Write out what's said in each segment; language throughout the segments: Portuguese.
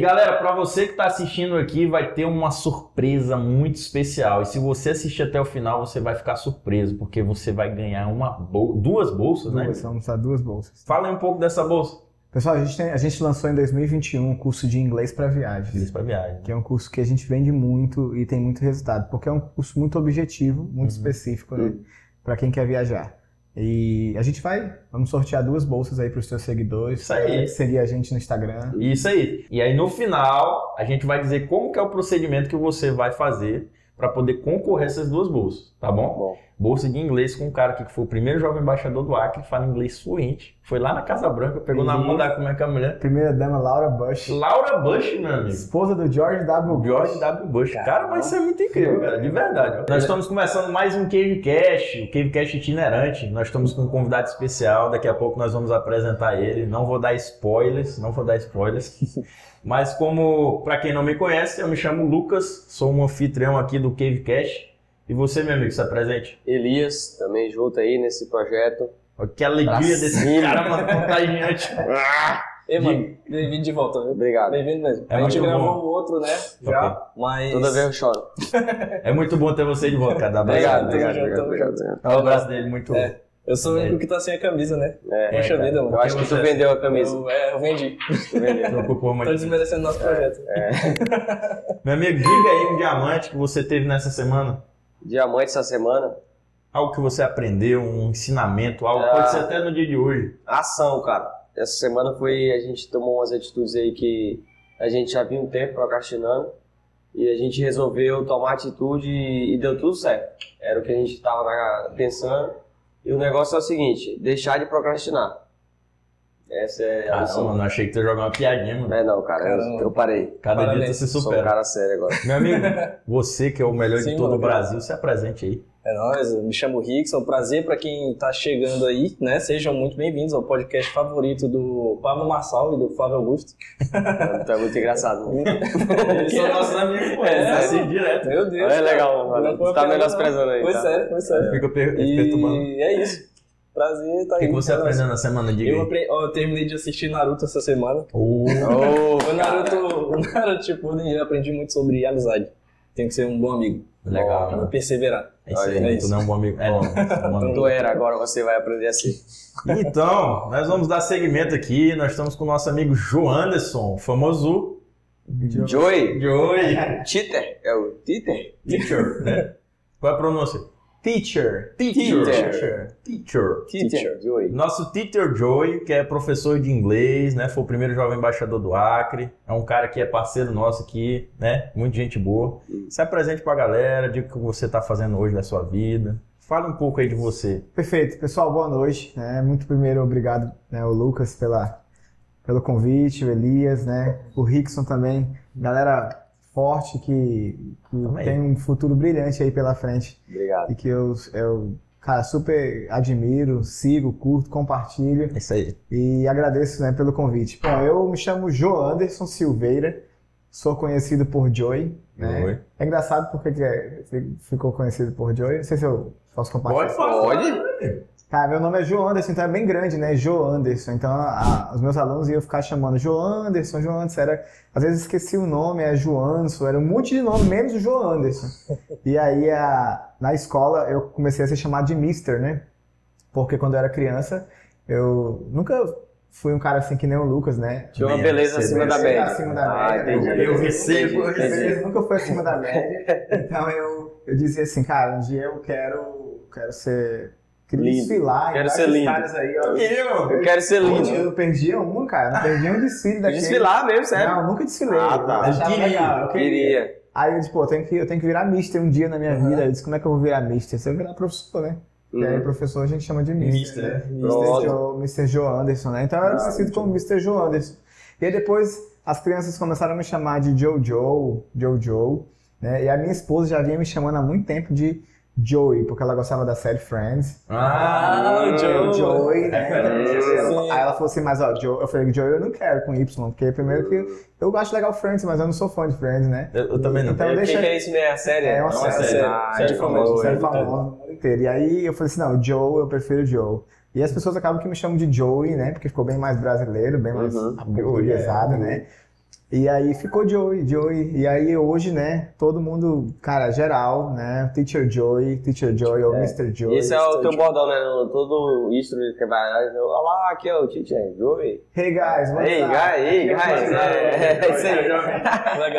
galera, para você que está assistindo aqui, vai ter uma surpresa muito especial. E se você assistir até o final, você vai ficar surpreso, porque você vai ganhar uma bol... duas bolsas, né? Duas, vamos usar duas bolsas. Fala aí um pouco dessa bolsa. Pessoal, a gente, tem- a gente lançou em 2021 um curso de inglês para Feliz viagens, para viagem. que é um curso que a gente vende muito e tem muito resultado, porque é um curso muito objetivo, muito Uhum. específico, né? Para quem quer viajar. E a gente vai, vamos sortear duas bolsas aí para os seus seguidores, Isso aí. que seria a gente no Instagram. Isso aí. E aí no final, a gente vai dizer como que é o procedimento que você vai fazer para poder concorrer a essas duas bolsas, tá bom? Bom. Bolsa de inglês com um cara aqui que foi o primeiro jovem embaixador do Acre, que fala inglês fluente. Foi lá na Casa Branca, pegou na mão Isso. da como é que é a mulher? Primeira dama Laura Bush, Laura Bush, meu amigo. esposa do George W. Bush. George W. Bush. Cara, mas isso é muito incrível, cara, de verdade. ó. Nós estamos começando mais um CaveCast, o CaveCast itinerante. Nós estamos com um convidado especial, daqui a pouco nós vamos apresentar ele. Não vou dar spoilers, não vou dar spoilers. Mas como, para quem não me conhece, eu me chamo Lucas, sou um anfitrião aqui do CaveCast. E você, meu amigo, se apresente. Elias também junto aí nesse projeto. Ó, Que alegria desse cima. cara, mano, contagiante. Ei, mano, bem-vindo de volta, viu? Obrigado. Bem-vindo mesmo. É a gente muito gravou bom. o outro, né? Já, mas. Toda vez eu choro. É muito bom ter você de volta, cara. Dá abraço. Obrigado, obrigado, tamo obrigado, junto, tamo obrigado, junto. obrigado. Olha o braço dele, muito É. Eu sou o único que tá sem a camisa, né? É, Poxa cara. vida, eu mano. acho que tu você- vendeu a camisa. Eu, é, eu vendi. Não ocupou Tô muito. desmerecendo nosso projeto. É. Meu amigo, diga aí um diamante que você teve nessa semana. Diamante essa semana. Algo que você aprendeu, um ensinamento, algo. Ah. Pode ser até no dia de hoje. Ação, cara. Essa semana foi. A gente tomou umas atitudes aí que a gente já vinha um tempo procrastinando. E a gente resolveu tomar atitude e, e deu tudo certo. Era o que a gente tava na- pensando. E o negócio é o seguinte: deixar de procrastinar. Essa é Ah, a Caramba, ação. mano, achei que tu ia jogar uma piadinha, mano. Não é, não, cara. Eu, Caramba. eu parei. Cada dia tu Parabéns, se Sou um supera. cara sério agora. Meu amigo, você que é o melhor de Sim, todo o mano, cara. Brasil, se apresente aí. É nóis, eu me chamo Rickson. Prazer pra quem tá chegando aí, né? Sejam muito bem-vindos ao podcast favorito do Pablo Marçal e do Flávio Augusto. Tá muito engraçado. Mano. Eles são nossos amigos, pô. É, assim, direto. Meu Deus. É cara. legal, mano. Não foi Você tá piada, né? menosprezando não. aí. Foi tá? sério, foi sério. Fica per- perturbando. é. E é isso. Prazer, tá O aí. que, que você É nóis. aprendeu na semana, diga Eu, aí. apre- ó, eu terminei de assistir Naruto essa semana. Ô, Ô, O é. Naruto, o Naruto tipo, eu aprendi muito sobre amizade. Tem que ser um bom amigo. legal, Pra mano. perseverar. É isso Olha, aí, tu é isso. não é um bom amigo. É, não, é um bom amigo. tu era, agora você vai aprender assim. a ser. Então, nós vamos dar seguimento aqui. Nós estamos com o nosso amigo Joanderson, famoso Joy? Joey. Titer? É o Titer? Teacher, né? Qual é a pronúncia? Teacher. Teacher. Teacher. Teacher. Teacher. Joy. Nosso Teacher Joey, que é professor de inglês, né? Foi o primeiro jovem embaixador do Acre. É um cara que é parceiro nosso aqui, né? Muita gente boa. Se apresente pra galera, diga o que você tá fazendo hoje da sua vida. Fala um pouco aí de você. Perfeito, pessoal, boa noite. né? Muito primeiro, obrigado né, o Lucas pela, pelo convite, o Elias, né? o Rickson também, galera forte que, que Amém. tem um futuro brilhante aí pela frente Obrigado. e que eu, eu cara, super admiro, sigo, curto, compartilho É isso aí. e agradeço né, pelo convite. Bom, eu me chamo Jo Anderson Silveira, sou conhecido por Joy. Né? Joey. É engraçado porque que é- ficou conhecido por Joy, não sei se eu posso compartilhar. Pode falar. Pode? Tá, meu nome é Jo Anderson, então é bem grande, né? Jo Anderson. Então a- os meus alunos iam ficar chamando Jo Anderson, Jo Anderson. Era, às vezes esqueci o nome, é Joanson, era um monte de nome, menos o Jo Anderson. E aí a- na escola eu comecei a ser chamado de Mister, né? Porque quando eu era criança, eu nunca fui um cara assim que nem o Lucas, né? Tinha uma Bem, beleza você acima bem da acima- média. acima da Ah, média, né? entendi. Eu recebo, eu Entendi. recebo. Beleza, nunca foi acima da média. Então eu, eu dizia assim, cara, um dia eu quero, quero ser. Queria Lindo. desfilar. Quero igual ser esses lindo. caras aí, ó. Eu quero ser Eu, lindo. eu perdi um, cara. Não perdi um desfile daquele. Desfilar mesmo, sério. Não, nunca desfilei. Ah, tá. Eu achava Queria, legal, eu queria. Queria. Aí eu disse, pô, eu tenho que, eu tenho que virar mister um dia na minha vida. Eu disse, como é que eu vou virar mister? Se eu virar professor, né? E aí Uhum. professor a gente chama de mister. Mister, né? né? Mr. Pronto. Joe, Mr. Joe Anderson, né? Então eu era Ah, conhecido como Mr. Joe Anderson. E aí depois as crianças começaram a me chamar de Jojo, Jojo, né? E a minha esposa já vinha me chamando há muito tempo de Joey, porque ela gostava da série Friends. Ah, Hum, Joey. Joey, né? Sim. Aí ela falou assim, mas ó, Joe, eu falei, Joey eu não quero com Y, porque primeiro que eu acho legal Friends, mas eu não sou fã de Friends, né? Eu, eu também não. Então O que deixa- que é isso, né? A série? É uma série. Ah, Série de famosa, boa. Série famosa no mundo inteiro. E aí eu falei assim, não, Joe, eu prefiro Joe. E as pessoas acabam que me chamam de Joey, né? Porque ficou bem mais brasileiro, bem mais Uhum. portuguesado, né? E aí ficou Joey, Joey. E aí hoje, né, todo mundo, cara, geral, né? Teacher Joey, Teacher Joey ou Mr. Joey. Esse é o Mr. teu Joey. bordão, né? No- Todo isso que vai. eu- Olha lá, aqui é o Tite, Joey. Hey guys, what's Ei, up? guys, ei, Aqui é o guys. Mr. É, é isso aí. Legal,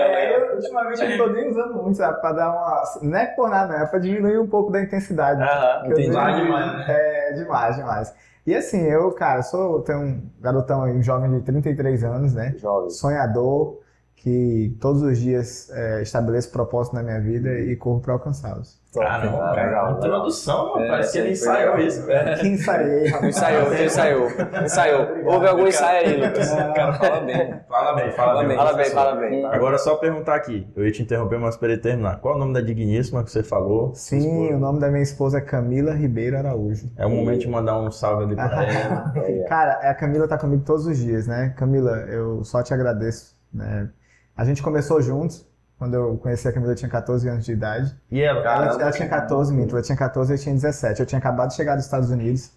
É, legal. eu, ultimamente eu não tô nem usando muito, sabe? Pra dar uma. Não é por nada, não. É pra diminuir um pouco da intensidade. Aham. Porque eu vejo- entendi. Vai demais, É, demais, demais. E assim, eu, cara, sou. Tenho um garotão aí, um jovem de 33 anos, né? Jovens. Sonhador, que todos os dias é, estabeleço propósito na minha vida e corro pra alcançá-los. Caramba, legal, Ah, cara. legal. Introdução, mano. É, Parece que ele isso aí foi ensaiou legal. isso, né? velho. Quem ensaiei, rapaz? Ensaiou, ensaiou, ensaiou. Houve algum ensaio aí, Lucas. É. Cara, fala bem. Fala bem, Fala bem, Fala bem, fala bem. Agora só perguntar aqui. Eu ia te interromper, mas pra ele terminar. Qual é o nome da digníssima que você falou? Sim, o nome da minha esposa é Camila Ribeiro Araújo. É o momento de mandar um salve ali pra Ah. ela. Cara, a Camila tá comigo todos os dias, né? Camila, eu só te agradeço, né? A gente começou juntos. Quando eu conheci a Camila, eu tinha 14 anos de idade. E ela, Ela, um cara, ela tinha 14, minto. Ela tinha 14 e eu tinha 17. Eu tinha acabado de chegar dos Estados Unidos.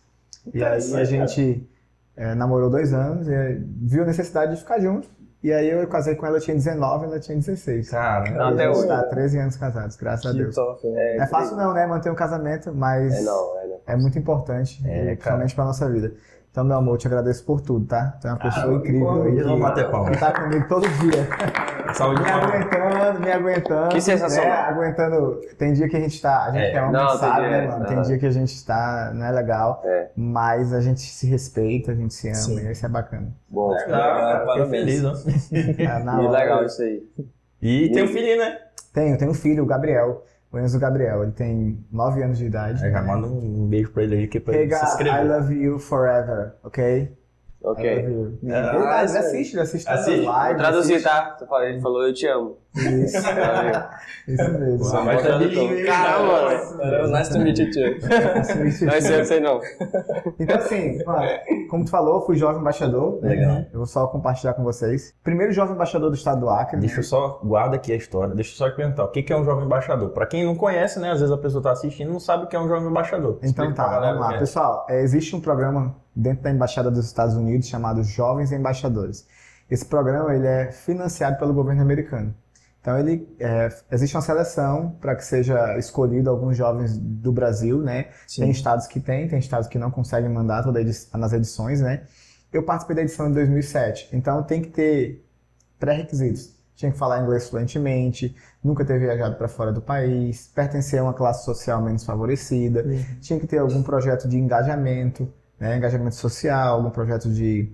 E aí a Interessante, gente eh, namorou dois anos e eh, viu a necessidade de ficar junto. E aí eu casei com ela, eu tinha 19 ela tinha 16. cara, E até a gente hoje. tá há 13 anos casados, graças a Que Deus. top, né? Não é fácil não, né? Manter um casamento, mas... É não, é não. É muito importante, É, é, cara. principalmente para nossa vida. Então, meu amor, eu te agradeço por tudo, tá? Tu é uma pessoa incrível aí. Vamos que- bater palma. que tá comigo todo dia. Saúde Me palma. aguentando, me aguentando. Que sensação, Né? mano. Aguentando. Tem dia que a gente tá. A gente É, é, homem não, tem sabe, dia, né, mano? é, Tem não. dia que a gente tá. Não é legal. É. Mas a gente se respeita, a gente se ama. Sim. E isso é bacana. Bom. Legal, cara, fiquei Tá, Parabéns. Tá, feliz, ó. É, na E hora- legal isso aí. E tem um filhinho, né? Tenho, tenho um filho, o Gabriel. O Enzo Gabriel. Ele tem 9 anos de idade. É, já manda um beijo pra ele aí, que é pra Hey, ele se God, I inscrever. love you forever, ok? I Ok. love you. É, Ah, Ele tá- isso ele aí. assiste, ele assiste todas as Assiste. Vou lives. traduzir, tá? Tu fala- Ele falou, eu te amo. Isso, Valeu. isso mesmo. Uau. Mas tá Bacana, lindo, então. hein? Caramba, mano. Nice to meet you, too. Não é isso, eu sei não. Então, assim, mano, como tu falou, eu fui jovem embaixador. né? Legal. Eu vou só compartilhar com vocês. Primeiro jovem embaixador do estado do Acre. né? Deixa eu só, guarda aqui a história, deixa eu só te perguntar, o que que é um jovem embaixador? Pra quem não conhece, né, às vezes a pessoa tá assistindo e não sabe o que é um jovem embaixador. Então Explica pra tá, galera vamos o que lá. é. Pessoal, é, existe um programa dentro da Embaixada dos Estados Unidos chamado Jovens Embaixadores. Esse programa ele é financiado pelo governo americano. Então ele é, existe uma seleção para que seja escolhido alguns jovens do Brasil, né? Tem estados que tem, tem estados que não conseguem mandar toda edi- nas edições, né? Eu participei da edição de 2007, então tem que ter pré-requisitos. Tinha que falar inglês fluentemente, nunca ter viajado para fora do país, pertencer a uma classe social menos favorecida, tinha que ter algum projeto de engajamento, né? engajamento social, algum projeto de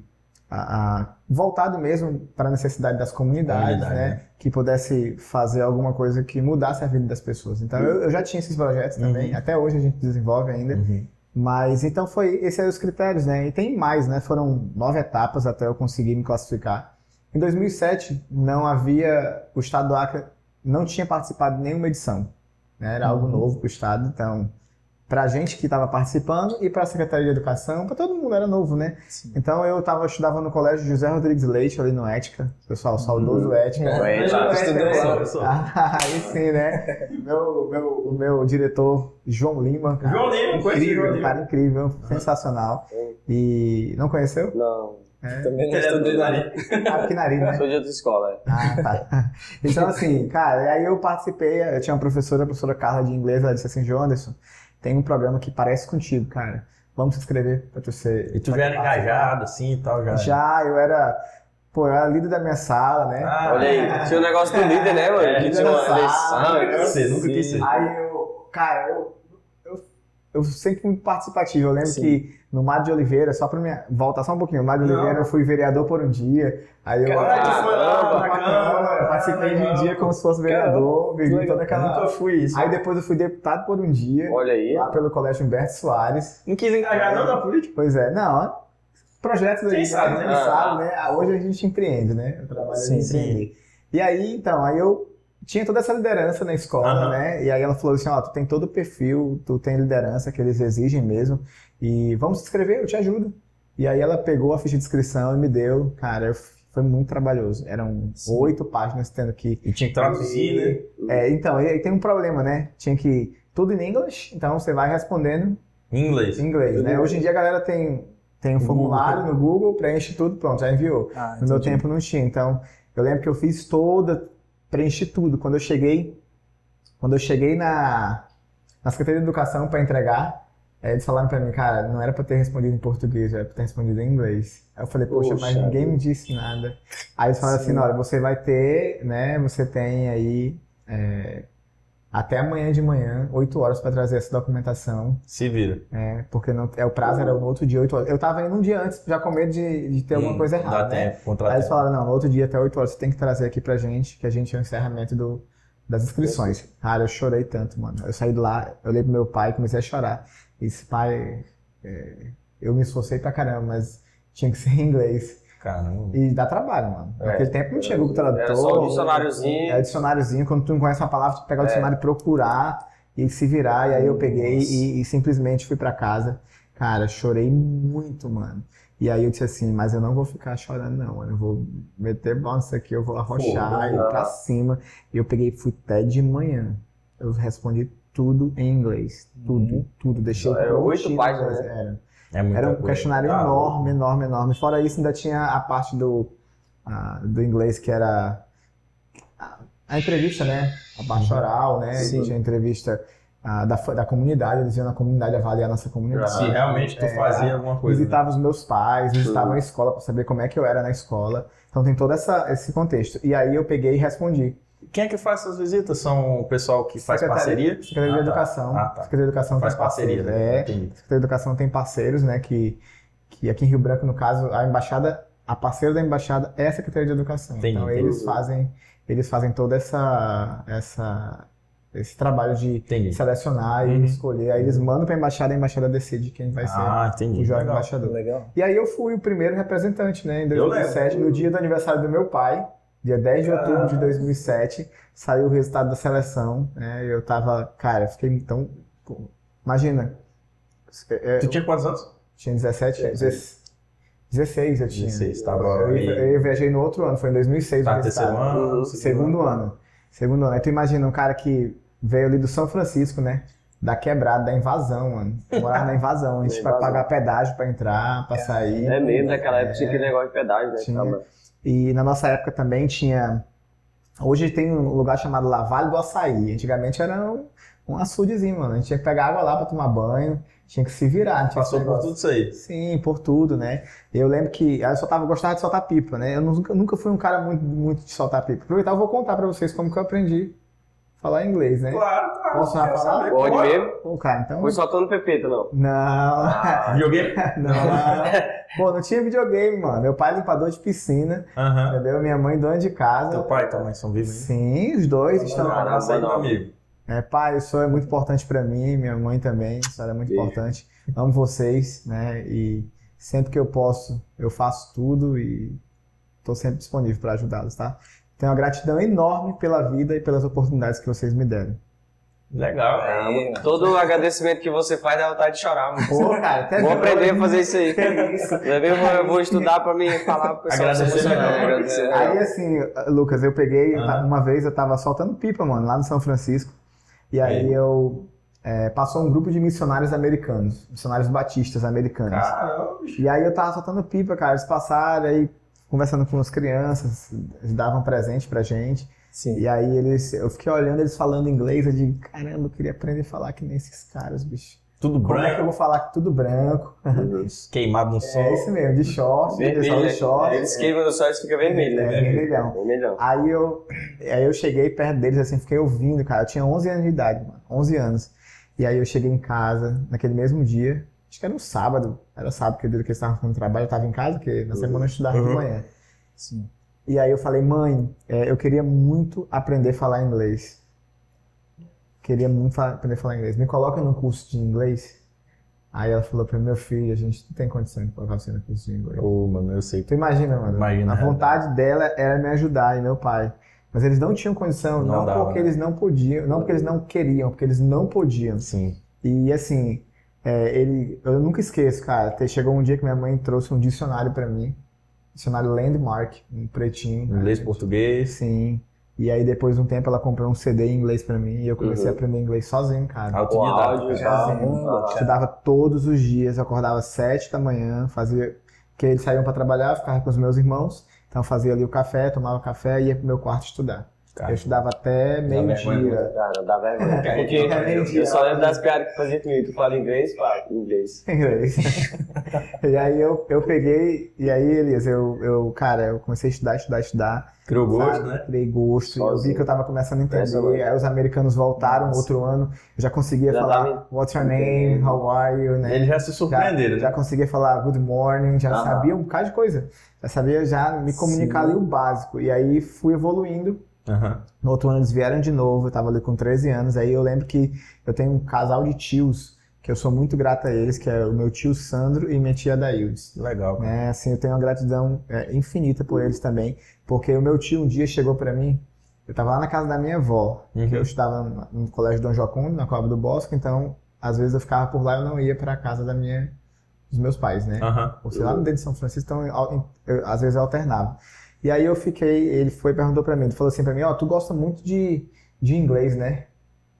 a- a- voltado mesmo para a necessidade das comunidades, Comunidade, né? né? que pudesse fazer alguma coisa que mudasse a vida das pessoas. Então eu, eu já tinha esses projetos também, Uhum. até hoje a gente desenvolve ainda. Uhum. Mas então foi, esses eram os critérios, né? E tem mais, né? Foram nove etapas até eu conseguir me classificar. Em 2007, não havia, o estado do Acre não tinha participado de nenhuma edição, né? Era algo novo para o estado, então para a gente que estava participando e para a Secretaria de Educação, para todo mundo era novo, né? Sim. Então eu tava, estudava no colégio José Rodrigues Leite, ali no Ética, pessoal, saudoso Ética. É. Ué, tá. Ética, estudei né? lá, pessoal. Ah, Aí sim, né? Meu, meu, o meu diretor, João Lima. cara. João Lima, conheci João Incrível, Lima. cara, incrível, sensacional. E não conheceu? Não. Também não Ele é do estudei nada. Nari. Ah, que nariz, né? Sou de outra escola, é. Ah, tá. Então, assim, cara, aí eu participei, eu tinha uma professora, a professora Carla de inglês, ela disse assim, João Anderson, tem um programa que parece contigo, cara. Vamos se inscrever pra tu ser... E tu pra já tu era participar." engajado, assim, e tal, já. Já, eu era... Pô, eu era líder da minha sala, né? Ah, Olha aí. Tinha um negócio do líder, né, mano? É, Que líder tinha um uma da sala, eleição. nunca quis ser, nunca quis ser. assim, Aí eu, cara, eu, eu, eu sempre fui muito participativo. Eu lembro Sim. que no Mar de Oliveira, só pra minha. Voltar só um pouquinho, no Mar de Não. Oliveira eu fui vereador por um dia. Aí eu. ah, Caralho, tu foi lá caramba, na bacana, Câmara, eu participei de um legal. dia como se fosse vereador, vivi legal. toda Eu aquela. nunca fui isso. Aí depois eu fui deputado por um dia, Olha aí. lá pelo Colégio Humberto Soares. Não quis engajar não na política. Pois é, não. Projetos Quem aí, sabe, né? né? sabe, né? Ah, Hoje a gente empreende, né? O trabalho Sim, é de sim. empreender. E aí, então, aí eu tinha toda essa liderança na escola, Aham. né? E aí ela falou assim, ó, tu tem todo o perfil, tu tem liderança que eles exigem mesmo, e vamos se inscrever, eu te ajudo. E aí ela pegou a ficha de inscrição e me deu, cara, eu f- foi muito trabalhoso. Eram Sim. oito páginas tendo que E tinha que traduzir, né? É, então, e aí tem um problema, né? Tinha que tudo em inglês, então você vai respondendo Em inglês. em inglês, né? Hoje em dia a galera tem, tem um No formulário no Google, preenche tudo, pronto, já enviou. Ah, No meu entendi. tempo não tinha, então Eu lembro que eu fiz toda, preenchi tudo. Quando eu cheguei, quando eu cheguei na, na Secretaria de Educação para entregar, aí eles falaram para mim, cara, não era para ter respondido em português, era para ter respondido em inglês. Aí eu falei, poxa, mas Poxa ninguém me disse nada. Aí eles falaram assim, Sim. olha, você vai ter, né, você tem aí é, até amanhã de manhã, 8 horas para trazer essa documentação. Se vira. É, porque não, é, o prazo era no outro dia, 8 horas. Eu tava indo um dia antes, já com medo de, de ter alguma Hum, coisa Dá errada, né? tempo, contratar. Aí eles falaram, não, no outro dia até 8 horas você tem que trazer aqui pra gente, que a gente é o encerramento do, das inscrições. Cara, eu chorei tanto, mano. Eu saí de lá, eu olhei pro meu pai e comecei a chorar. E Disse, pai, é, eu me esforcei pra caramba, mas tinha que ser em inglês. Caramba. E dá trabalho, mano. É. Naquele tempo não tinha Google Tradutor. Era só um dicionáriozinho. É dicionáriozinho, quando tu não conhece uma palavra, tu pega o É. dicionário e procurar e se virar. E aí eu peguei Nossa. e, e simplesmente fui pra casa. Cara, chorei muito, mano. E aí eu disse assim, mas eu não vou ficar chorando, não, mano. Eu vou meter bola nisso aqui, eu vou arrochar, Pô, ir pra ah. cima. E eu peguei e fui até de manhã. Eu respondi tudo em inglês. Tudo, tudo. Deixei Uhum. Era prontinho, oito páginas, né? mas Era. É muito Era um questionário Ah, enorme, enorme, enorme. Fora isso, ainda tinha a parte do, ah, do inglês que era a, a entrevista, né? A parte oral, né? Sim. Tinha entrevista ah, da, fa- da comunidade, eles iam na comunidade avaliar a nossa comunidade. Se realmente tu né? É, fazia alguma coisa. né? Visitava os meus pais, visitava a escola para saber como é que eu era na escola. Então tem todo essa, esse contexto. E aí eu peguei e respondi. Quem é que faz essas visitas? São o pessoal que faz parceria? Secretaria Ah, de tá. Educação. Ah, tá. Secretaria de Educação Faz tem parceiro. parceria, né? É, Entendi. Secretaria de Educação tem parceiros, né? Que, que aqui em Rio Branco, no caso, a embaixada, a parceira da embaixada é a Secretaria de Educação. Entendi, então entendi. eles fazem, eles fazem todo essa, essa, esse trabalho de Entendi. selecionar Uhum. e escolher. Aí eles mandam para a embaixada, a embaixada decide quem vai ser Ah, o entendi. jovem Legal. embaixador. Legal. E aí eu fui o primeiro representante, né? Em Eu 2007, lembro. no dia do aniversário do meu pai, dia 10 de outubro de 2007, saiu o resultado da seleção, né? Eu tava, cara, eu fiquei tão... pô, Imagina, é, Tu tinha quantos anos? tinha 17, É, 16, 16 eu tinha. 16, tá bom. eu, eu viajei no outro ano, foi em 2006 Tá, o terceiro resultado. ano, Segundo ano. Segundo ano. Aí tu imagina um cara que veio ali do São Francisco, né? Da quebrada, da invasão, mano. Eu Morava na invasão. A gente Na vai invasão. pagar pedágio pra entrar, pra sair. É mesmo, naquela época É. tinha aquele negócio de pedágio, né? Tinha. Tava- E na nossa época também tinha. Hoje tem um lugar chamado lá Vale do Açaí. Antigamente era um, um açudezinho, mano. A gente tinha que pegar água lá pra tomar banho, tinha que se virar. tinha esse Passou por negócio. tudo isso aí. Sim, por tudo, né? Eu lembro que aí eu só tava, gostava de soltar pipa, né? Eu nunca, nunca fui um cara muito, muito de soltar pipa. Aproveitar, eu vou contar pra vocês como que eu aprendi a falar inglês, né? Claro, claro. Posso já quero falar? saber. Pode mesmo? Pô, cara, então. Foi soltando pepeta, tá, não. Não, Videogame? não. Pô, não tinha videogame, mano. Meu pai é limpador de piscina, Aham. entendeu? Minha mãe dona de casa. Teu pai e tua mãe são vivos? Sim, os dois estão. Não, não, sai comigo. É, pai, o senhor é muito importante pra mim, minha mãe também, o senhor é muito Beijo. importante. Amo vocês, né? E sempre que eu posso, eu faço tudo e tô sempre disponível pra ajudá-los, tá? Tenho uma gratidão enorme pela vida e pelas oportunidades que vocês me deram. Legal. É, Aí, mano. Todo o agradecimento que você faz dá vontade de chorar, mano. Pô, cara, É até Vou aprender a fazer isso aí. Que É isso? Daqui Eu vou, eu vou estudar pra mim falar pro pessoal. Agradecer Agradecer, melhor. agradecer. Aí assim, Lucas, eu peguei, eu Ah. ta- uma vez eu tava soltando pipa, mano, lá no São Francisco. E aí Aí. eu é, passou um grupo de missionários americanos, missionários batistas americanos. Caramba, bicho. E é aí eu tava soltando pipa, cara. Eles passaram aí, conversando com as crianças, eles davam um presente pra gente. Sim. E aí eles, eu fiquei olhando eles falando inglês, eu digo, caramba, eu queria aprender a falar que nem esses caras, bicho. Tudo Como é que eu branco, vou falar que tudo branco? queimado no sol. É isso mesmo, de short, pessoal Vermelho, de né? short. Eles queimam no sol e fica vermelho, é, né? vermelhão. Vermelhão. Aí eu, aí eu cheguei perto deles, assim, fiquei ouvindo, cara. Eu tinha 11 anos de idade, mano. 11 anos. E aí eu cheguei em casa, naquele mesmo dia. Acho que era um sábado. Era sábado que eu que eles estavam fazendo trabalho. Eu tava em casa, porque na semana eu estudava de Uhum. manhã. Sim. E aí eu falei, mãe, é, eu queria muito aprender a falar inglês. Queria muito fa- aprender a falar inglês. Me coloca num curso de inglês? Aí ela falou pra mim, meu filho, a gente não tem condição de colocar você no curso de inglês. Ô, mano, eu sei. Tu imagina, mano. Imagina, a né? vontade dela era me ajudar e meu pai. Mas eles não tinham condição, Não não, dava, porque né? eles não podiam, não porque eles não queriam, porque eles não podiam. Sim. E assim, é, ele, eu nunca esqueço, cara. te- Chegou um dia que minha mãe trouxe um dicionário pra mim, dicionário Landmark, um pretinho. Inglês, Aí, português. Sim. E aí depois de um tempo ela comprou um CD em inglês pra mim e eu comecei Uhum. a aprender inglês sozinho, cara. Autodidata. áudio cara. já. Caramba, Estudava todos os dias, eu acordava às sete da manhã, fazia. Porque eles saíam para trabalhar, eu ficava com os meus irmãos. Então eu fazia ali o café, tomava café e ia pro meu quarto estudar. Eu estudava até meio-dia. Cara, dá vergonha. É, Porque é mentira. eu só lembro das piadas que fazia comigo. Tu fala inglês? Fala inglês. inglês. e aí eu, eu peguei, e aí, Elias, eu, eu, cara, eu comecei a estudar, estudar, estudar. Criou gosto, sabe? né? Criei gosto, e eu vi Sozinho. que eu tava começando a Impressionante. entender. Aí os americanos voltaram Nossa. outro ano, eu já conseguia Já falar tava- what's your name, how are you, né? Eles já se surpreenderam. Já, já conseguia falar good morning, já Aham. sabia um bocado de coisa. Já sabia já me comunicar Sim. ali o básico. E aí fui evoluindo. Aham. No outro ano eles vieram de novo, eu tava ali com 13 anos. Aí eu lembro que eu tenho um casal de tios, que eu sou muito grato a eles, que é o meu tio Sandro e minha tia Daildes. Legal, cara. Né? Assim, eu tenho uma gratidão é, infinita por eles também, porque o meu tio um dia chegou pra mim, eu tava lá na casa da minha avó, Uhum. que eu estudava no- no colégio Dom Jocundo, na Cova do Bosco, então às vezes eu ficava por lá e eu não ia pra casa da minha, dos meus pais, né? Aham. ou sei lá, no dedo de São Francisco, então eu- eu- às vezes eu alternava. E aí eu fiquei, ele foi e perguntou pra mim, ele falou assim pra mim, ó, tu gosta muito de, de inglês, né?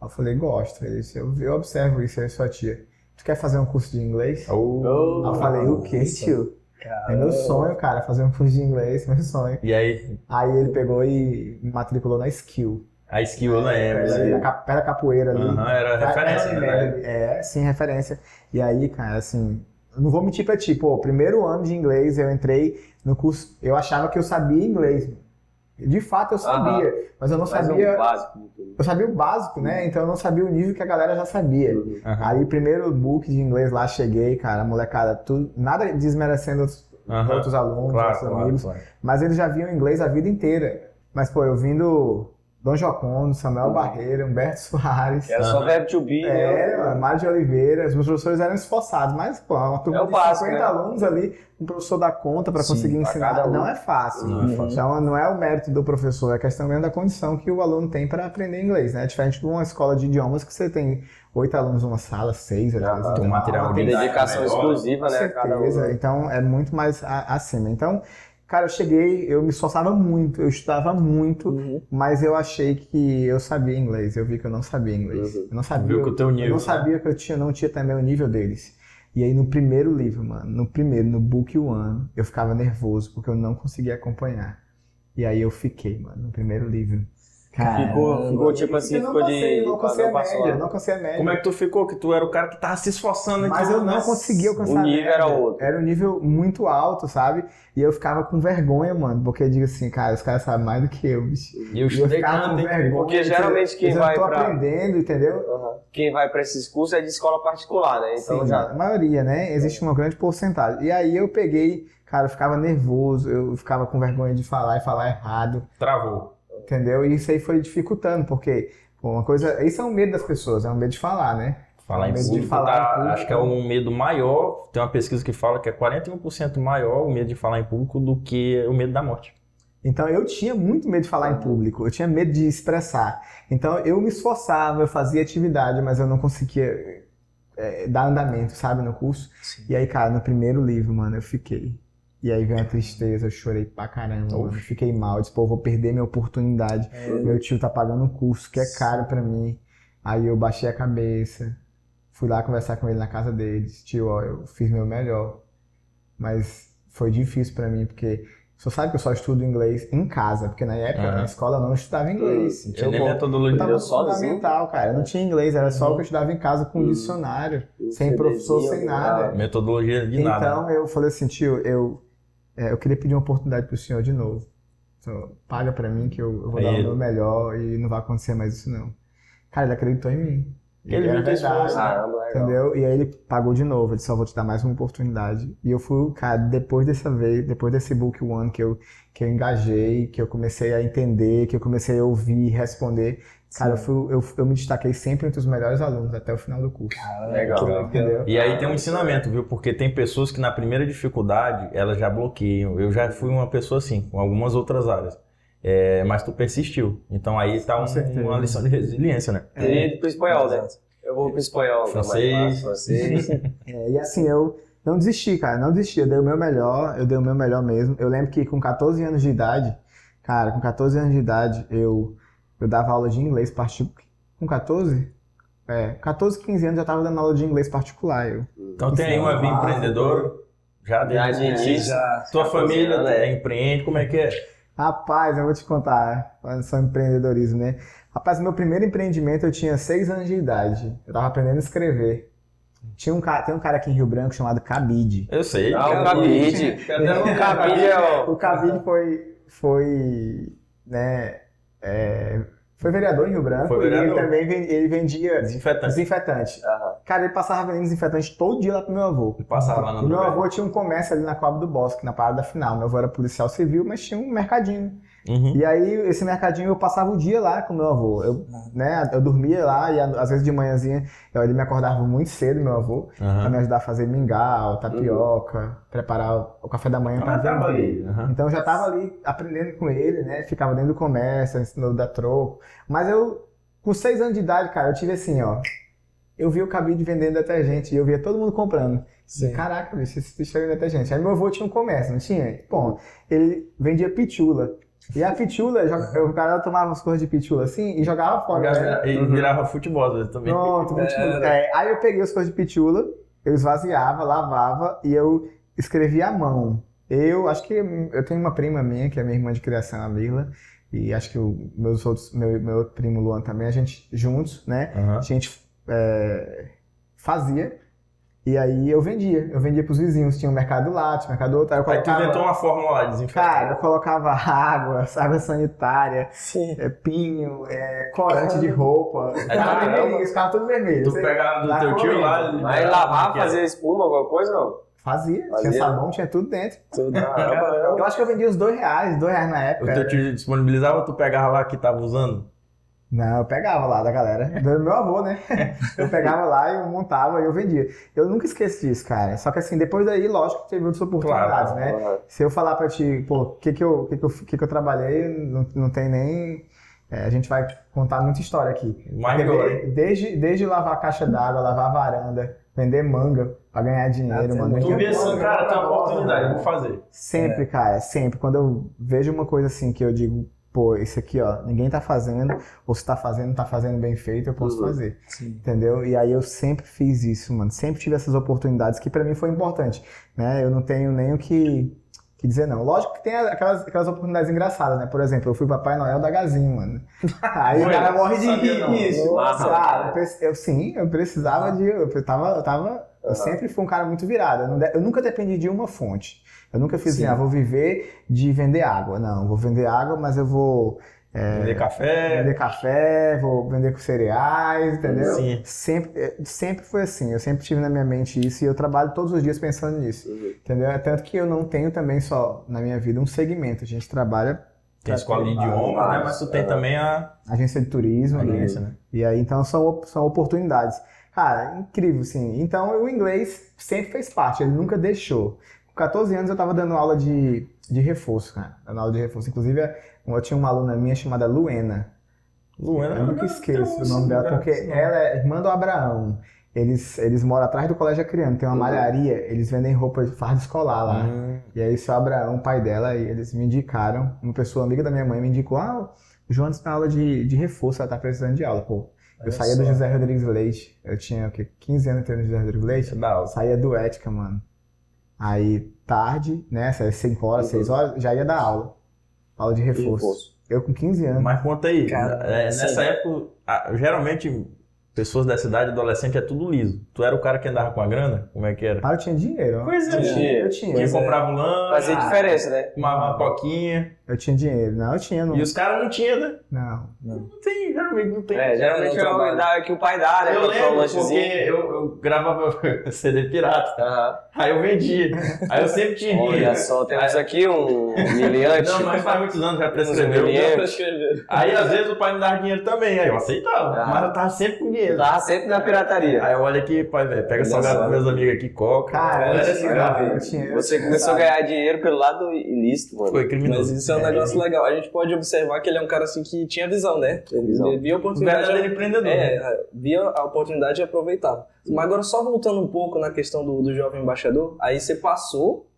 Eu falei, gosto. Ele disse, eu, eu observo isso, aí sua tia. Tu quer fazer um curso de inglês? Oh. eu falei, o quê, nossa. tio? É meu sonho, cara, fazer um curso de inglês, meu sonho. E aí, Aí ele pegou e me matriculou na Skill. a skill eu lembro. Era ali né? na cap- perto da capoeira ali. Aham, era Tá, referência, é, né? É, sim, referência. E aí, cara, assim, eu não vou mentir pra ti, pô, primeiro ano de inglês eu entrei no curso, eu achava que eu sabia inglês. De fato eu sabia, mas eu não Mas sabia, é um básico. de tudo. eu sabia o básico, né? Então eu não sabia o nível que a galera já sabia. Aham. Aí, primeiro book de inglês lá, cheguei, cara, molecada, tudo, nada desmerecendo outros, Aham. outros alunos, Claro, outros claro, amigos, claro. mas eles já viam inglês a vida inteira. Mas, pô, eu vindo Dom Jocondo, Uhum. Samuel Barreira, Humberto Soares. Era só Aham. verbo to be, É, né? mano, Mário de Oliveira, os meus professores eram esforçados, mas, pô, uma turma É o de básico, 50 né? alunos ali, um professor dá conta pra Sim, conseguir pra ensinar, cada um. não é fácil. Não é fácil. Então, não é o mérito do professor, é a questão mesmo da condição que o aluno tem pra aprender inglês, né? É Diferente de uma escola de idiomas que você tem oito alunos numa sala, seis, às vezes, tem um uma material aula, de tem Dedicação Melhor. exclusiva, com né? a Cada um. certeza. Então é muito mais a- acima. Então, cara, eu cheguei, eu me esforçava muito, eu estudava muito, Uhum. mas eu achei que eu sabia inglês. Eu vi que eu não sabia inglês. Uhum. Eu não sabia. Viu que o teu eu nível. não sabia que eu tinha, não tinha também o nível deles. E aí no primeiro livro, mano, no primeiro, no Book One, eu ficava nervoso porque eu não conseguia acompanhar. E aí eu fiquei, mano, no primeiro livro. Cara, Ficou, ficou tipo assim, eu não ficou passei, de. não consegui a passou média, lá. não consegui a média. Como é que tu ficou? Que tu era o cara que tava se esforçando. né? Mas eu não conseguia alcançar O nível a média. era outro. Era um nível muito alto, sabe? E eu ficava com vergonha, mano. Porque eu digo assim, cara, os caras sabem mais do que eu, bicho. E eu E eu estudei ficava com tanto, hein? vergonha. Porque geralmente quem eu vai tô pra- aprendendo, entendeu? Aham. Quem vai pra esses cursos é de escola particular, né? Então Sim, já. A maioria, né? Existe uma grande porcentagem. E aí eu peguei, cara, eu ficava nervoso, eu ficava com vergonha de falar e falar errado. Travou. Entendeu? E isso aí foi dificultando, porque pô, uma coisa. Isso é um medo das pessoas, é um medo de falar, né? Falar em Medo de público, falar tá- em público. acho que é um medo maior. Tem uma pesquisa que fala que é 41% maior o medo de falar em público do que o medo da morte. Então eu tinha muito medo de falar em público, eu tinha medo de expressar. Então eu me esforçava, eu fazia atividade, mas eu não conseguia eh, dar andamento, sabe, no curso. Sim. E aí, cara, no primeiro livro, mano, eu fiquei. E aí veio uma tristeza, eu chorei pra caramba, mano. Oxe. Fiquei mal, eu disse, pô, eu vou perder minha oportunidade. Meu tio tá pagando um curso que é caro pra mim. Aí eu baixei a cabeça, fui lá conversar com ele na casa dele. Disse, tio, ó, eu fiz meu melhor. Mas foi difícil pra mim, porque só sabe que eu só estudo inglês em casa, porque na época Aham. na escola eu não estudava inglês. Tinha nem eu, eu metodologia. tava no sozinho. fundamental, cara. Eu não tinha inglês, era só o que eu estudava em casa com Hum. dicionário, um sem professor, CDzinho, sem né? nada. Metodologia de nada. Então eu falei assim, tio, eu, é, eu queria pedir uma oportunidade pro senhor de novo. Então, paga pra mim que eu, eu vou dar Aí. o meu melhor e não vai acontecer mais isso não. Cara, ele acreditou em mim. E Ele era viu teu verdade, esforço, Caramba, legal. Entendeu? E aí ele pagou de novo, ele disse, só vou te dar mais uma oportunidade. E eu fui, o cara, depois dessa vez, depois desse book one que eu, que eu engajei, que eu comecei a entender, que eu comecei a ouvir, responder, cara, eu, fui, eu, eu me destaquei sempre entre os melhores alunos até o final do curso. Caramba, Legal. que legal. Entendeu? E aí tem um ensinamento, viu? Porque tem pessoas que na primeira dificuldade elas já bloqueiam. Eu já fui uma pessoa assim, com algumas outras áreas. É, mas tu persistiu. Então aí tá Com um- certeza. uma lição de resiliência, né? Teria ido pro espanhol, né? Eu vou pro espanhol. tá mais Francês. fácil, Francês. É, e assim, eu não desisti, cara, não desisti. Eu dei o meu melhor, eu dei o meu melhor mesmo. Eu lembro que com 14 anos de idade, cara, com 14 anos de idade, eu, eu dava aula de inglês particular. Com 14? É, 14, 15 anos eu já tava dando aula de inglês particular. Eu. Então tem aí uma via empreendedora Já deu. Já dentista. Já. Tua família cozinhando, é. empreende, como é que é? Rapaz, eu vou te contar, falando sobre empreendedorismo, né? Rapaz, meu primeiro empreendimento eu tinha seis anos de idade. Eu tava aprendendo a escrever. Tinha um cara, tem um cara aqui em Rio Branco chamado Cabide. Eu sei. Ah, o Cabide. cabide. um O cabide é o... O Cabide foi, foi, né, é, foi vereador em Rio Branco Foi vereador. e ele também ven- ele vendia Desinfetante. desinfetante. Aham. Cara, ele passava vendendo desinfetante todo dia lá pro meu avô. Ele passava lá na E meu Dubai. avô tinha um comércio ali na Coab do Bosque, na Parada Final. Meu avô era policial civil, mas tinha um mercadinho. Uhum. E aí, esse mercadinho eu passava o dia lá com meu avô. Eu, né, eu dormia lá e às vezes de manhãzinha eu- ele me acordava muito cedo, meu avô, pra Aham. me ajudar a fazer mingau, tapioca, preparar o- o café da manhã pra Tava vender. ali, aham. Então eu já tava ali aprendendo com ele, né? Ficava dentro do comércio, ensinou a dar troco. Mas eu, com seis anos de idade, cara, eu tive assim, ó. Eu vi o cabide vendendo detergente e eu via todo mundo comprando. Sim. Caraca, bicho, esse bicho tá era detergente. Aí meu avô tinha um comércio, não tinha? Bom, ele vendia pitula. E a pitula, jo- o cara tomava as coisas de pitula assim e jogava fora. né? E virava futebol às vezes também. Pronto, pitula. né? É, aí eu peguei as coisas de pitula, eu esvaziava, lavava e eu escrevia à mão. Eu acho que eu tenho uma prima minha, que é minha irmã de criação, a Vila, e acho que o, meus outros, meu, meu outro primo Luan também, a gente juntos, né? Aham. A gente é, fazia e aí eu vendia. Eu vendia pros vizinhos. Tinha um mercado lá, tinha um mercado outro. Aí eu Aí tu colocava, inventou uma fórmula lá, Cara, desinfetante. eu colocava água, água sanitária, Sim. é, pinho, é, corante de roupa. Ficava É, caramba. vermelho, ficava tudo vermelho. Tu Você pegava do lá é. teu tio comendo. lá. ele Aí dava lavar, aquela- fazer espuma, alguma coisa, não? Fazia, Fazia. tinha sabão, tinha tudo dentro. Tudo. Caramba. Eu acho que eu vendia os dois reais, dois reais na O época. teu tio disponibilizava ou tu pegava lá que tava usando? Não, eu pegava lá da galera. Do meu avô, né? Eu pegava lá e eu montava e eu vendia. Eu nunca esqueci disso, cara. Só que assim, depois daí, lógico que teve outras oportunidades, é né? um Se eu falar pra ti, pô, o que que eu, que que eu, que que eu trabalhei, não, não tem nem... é, a gente vai contar muita história aqui. Mais Porque melhor. de- desde, desde lavar a caixa d'água, lavar a varanda, vender manga pra ganhar dinheiro, Ah, mano. tu Tu Eu- vê assim, cara, tem uma oportunidade, vou fazer. Sempre, cara, sempre. Quando eu vejo uma coisa assim que eu digo, pô, isso aqui, ó, ninguém tá fazendo, ou se tá fazendo, tá fazendo bem feito, eu posso Uhum. fazer. Sim. Entendeu? E aí eu sempre fiz isso, mano. Sempre tive essas oportunidades que pra mim foi importante, né? Eu não tenho nem o que, que dizer não. Lógico que tem aquelas, aquelas oportunidades engraçadas, né? Por exemplo, eu fui Papai Noel da Gazinho, mano. Aí o Foi? cara morre de Sabia rir não. isso. Nossa, ah, cara. eu, preci- eu- sim, eu precisava de eu tava eu tava eu Aham. sempre fui um cara muito virado. Eu, não de- eu nunca dependi de uma fonte. Eu nunca fiz Sim. assim, ah, vou viver de vender água. Não, vou vender água, mas eu vou Vender É. café. É. vender café, vou vender com cereais, entendeu? Uhum. Sim. Sempre, é, sempre foi assim, eu sempre tive na minha mente isso e eu trabalho todos os dias pensando nisso, Uhum. entendeu? É Tanto que eu não tenho também só na minha vida um segmento, a gente trabalha Tem escola de idiomas, né? Mas tu É. tem também a agência de turismo, Uhum. né? agência, né? E aí então são, op- são oportunidades. Cara, incrível, sim. Então o inglês sempre fez parte, ele nunca deixou. Com 14 anos eu tava dando aula de, de reforço, cara, dando aula de reforço. Inclusive eu tinha uma aluna minha chamada Luena, Luana. Eu nunca esqueço o nome dela, porque ela é irmã do Abraão. Eles, eles moram atrás do colégio Acreano, tem uma Uhum. malharia, eles vendem roupa de fardo escolar lá. Hum, E aí seu Abraão, pai dela, e eles me indicaram, uma pessoa amiga da minha mãe me indicou, ah, o João está na aula de, de reforço, ela tá precisando de aula, pô. Eu Olha saía do só. José Rodrigues Leite, eu tinha, o quê, 15 anos entrando no José Rodrigues Leite, isso é da eu aula. saía do Ética, mano. Aí, tarde, né, 5 horas, Uhum. 6 horas, já ia dar aula. Aula de É, reforço. Reforço. Eu com 15 anos. Mas conta aí, Cara, é, sim. nessa época, a- geralmente pessoas dessa idade, adolescente, é tudo liso. Tu era o cara que andava com a grana? Como é que era? Ah, eu tinha dinheiro, ó. Pois é. Eu tinha. Que comprava um lanche, Fazia diferença, né? tomava uma coquinha. Eu tinha dinheiro. Não, eu tinha. Não. E os caras não tinham, né? Não. Não tem, geralmente não tem. É, geralmente É, é no o trabalho. dá- que o pai dá, né? Eu Comprar um lembro porque lanchezinho. eu, eu gravava CD pirata, Aham. aí eu vendia, aí eu sempre tinha Olha dinheiro. só, temos aqui um miliante. Não, mas faz muitos anos já Não, prescreveu. né? não. Dá pra escrever. Aí às vezes o pai me dava dinheiro também, aí eu aceitava, Ah. mas eu tava sempre com dinheiro. Tava sempre na pirataria. Aí eu olho aqui, pai, velho, pega salgado Engraçado. com meus amigos aqui, coca. Cara, Era eu assim, tinha, cara. eu tinha. eu Você tinha. começou a ganhar dinheiro pelo lado ilícito, mano. Foi Mas criminoso. isso é um negócio legal. A gente pode observar que ele é um cara assim que tinha visão, né? Visão. Ele via a O oportunidade. verdadeiro empreendedor. né? É, via a oportunidade e aproveitava. Mas agora, só voltando um pouco na questão do, do jovem embaixador, aí você passou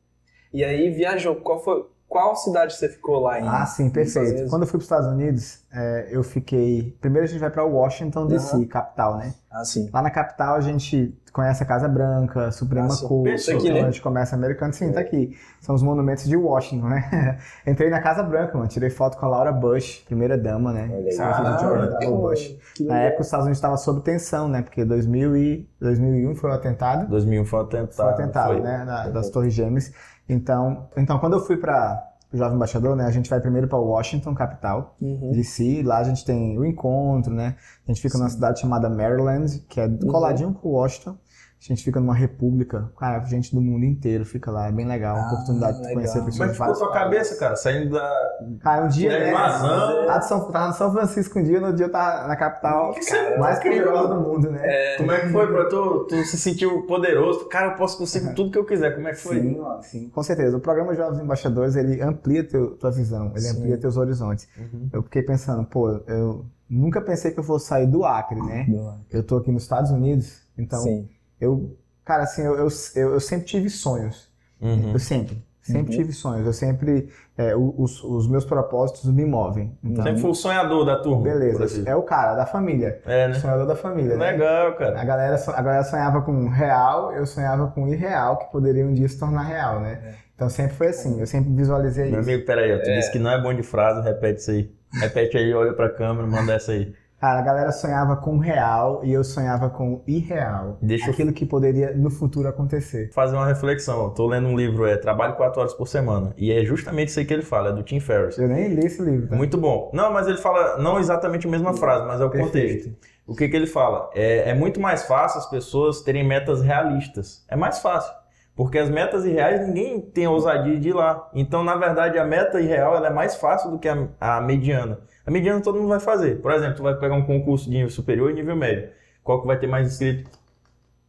e aí viajou. Qual foi, Qual cidade você ficou lá em? Ah, sim, perfeito. vezes. Quando eu fui para os Estados Unidos, é, eu fiquei. Primeiro a gente vai para Washington DC, capital, né? Ah, sim. Lá na capital a gente conhece a Casa Branca, Suprema Ah, sim. Corte, Isso aqui, né? É. onde de comércio americano, sim, tá aqui. São os monumentos de Washington, né? Entrei na Casa Branca, mano, tirei foto com a Laura Bush, primeira dama, né? Olha aí. Sim, a gente Caraca, olhava o Bush. Ah, que Na época os Estados Unidos estavam sob tensão, né? Porque 2000 e 2001 foi o atentado. 2001 foi um atentado. Tá, Foi o atentado, foi. né? Na- Uhum. das Torres Gêmeas. Então, então quando eu fui para o Jovem Embaixador, né? A gente vai primeiro para Washington, capital Uhum. de si. Lá a gente tem o encontro, né? A gente fica numa cidade chamada Maryland, que Uhum. é coladinho com Washington. A gente fica numa república. Cara, gente do mundo inteiro fica lá. É bem legal. Uma Ah, oportunidade de legal. conhecer Como é pessoas que ficou sua cabeça, cara? Saindo da. Cara, um dia. É, né? invasão. Lá de São, tava no São Francisco um dia, no dia eu tava na capital Que você- tá mais que- poderosa do mundo, né? Como é que foi, bro? Tu, tu se sentiu poderoso? Cara, eu posso conseguir tudo que eu quiser. Como é que foi? Sim, ó, sim, com certeza. O programa Jovens Embaixadores, ele amplia teu, tua visão, ele Sim. amplia teus horizontes. Uhum. Eu fiquei pensando, pô, eu nunca pensei que eu fosse sair do Acre, né? Eu tô aqui nos Estados Unidos, então sim. Eu, cara, assim, eu, eu, eu, eu sempre tive sonhos. Uhum. Eu sempre. Sempre Uhum. tive sonhos. Eu sempre. é, o- os, os meus propósitos me movem. Então, Sempre foi o sonhador da turma. por assim beleza. dizer. É o cara da família. É, né? Sonhador da família. né? Legal, cara. A galera, so- a galera sonhava com real, eu sonhava com irreal, que poderia um dia se tornar real, né? Então sempre foi assim. Eu sempre visualizei É. Meu isso. amigo, peraí, ó, tu disse que não é bom de frase, repete isso aí. Repete aí, olha pra câmera, manda essa aí. Cara, a galera sonhava com real e eu sonhava com irreal. Deixa eu Aquilo que poderia no futuro acontecer. fazer uma reflexão. Eu tô lendo um livro, é Trabalho 4 Horas por Semana. E é justamente isso aí que ele fala, é do Tim Ferriss. Eu nem li esse livro. Tá? Muito bom. Não, mas ele fala não exatamente a mesma frase, mas é o contexto. O que, que ele fala? É, é muito mais fácil as pessoas terem metas realistas. É mais fácil. Porque as metas irreais ninguém tem a ousadia de ir lá. Então, na verdade, a meta irreal ela é mais fácil do que a, a mediana. A mediana todo mundo vai fazer. Por exemplo, tu vai pegar um concurso de nível superior e nível médio. Qual que vai ter mais inscrito?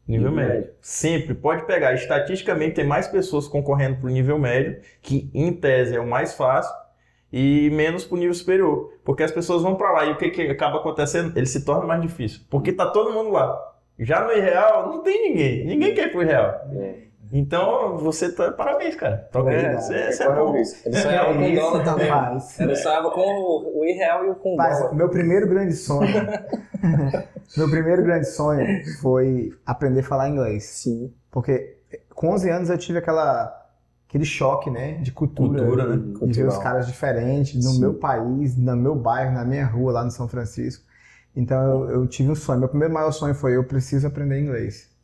Nível Nível médio. médio. Sempre. Pode pegar. Estatisticamente, tem mais pessoas concorrendo para o nível médio, que em tese é o mais fácil, e menos para o nível superior. Porque as pessoas vão para lá e o que, que acaba acontecendo? Ele se torna mais difícil. Porque tá todo mundo lá. Já no irreal, não tem ninguém. Ninguém quer ir pro irreal. É. Então, você tá. Parabéns, cara. Troca de- É, você, É, você é né? corre o bom. risco. Ele sonhava com Isso, dólar também. É, rapaz. Ele sonhava com o, o irreal e o com Mas dólar. meu primeiro grande sonho. meu primeiro grande sonho foi aprender a falar inglês. Sim. Porque com 11 anos eu tive aquela aquele choque, né, de cultura, Cultura, Uhum. né? de ver Cultural. os caras diferentes no Sim. meu país, no meu bairro, na minha rua lá no São Francisco. Então eu, eu tive um sonho. Meu primeiro maior sonho foi eu preciso aprender inglês.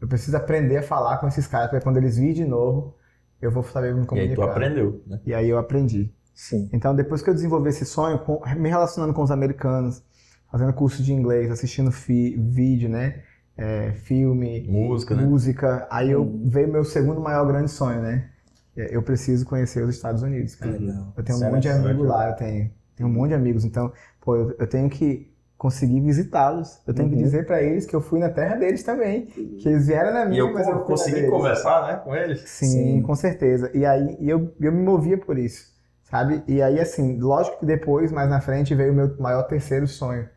Eu preciso aprender a falar com esses caras, porque quando eles virem de novo, eu vou saber E me aí, tu comunicar. aprendeu. né? e aí eu aprendi. Sim. Então, depois que eu desenvolvi esse sonho, com- me relacionando com os americanos, fazendo curso de inglês, assistindo fi- vídeo, né? É, filme, Música, né? música. Aí eu veio meu segundo maior grande sonho, né? É, Eu preciso conhecer os Estados Unidos, cara. É. Legal. Eu tenho um monte de Interessante. amigo lá, eu tenho, tenho um monte de amigos. Então, pô, eu, eu tenho que conseguir visitá-los. Eu tenho que Uhum. dizer pra eles que eu fui na terra deles também. Que eles vieram na E minha, eu mas eu fui na consegui deles. conversar, né, com eles. Sim, Sim. com certeza. E aí e eu, eu me movia por isso, sabe? E aí, assim, lógico que depois, mais na frente, veio o meu maior terceiro sonho,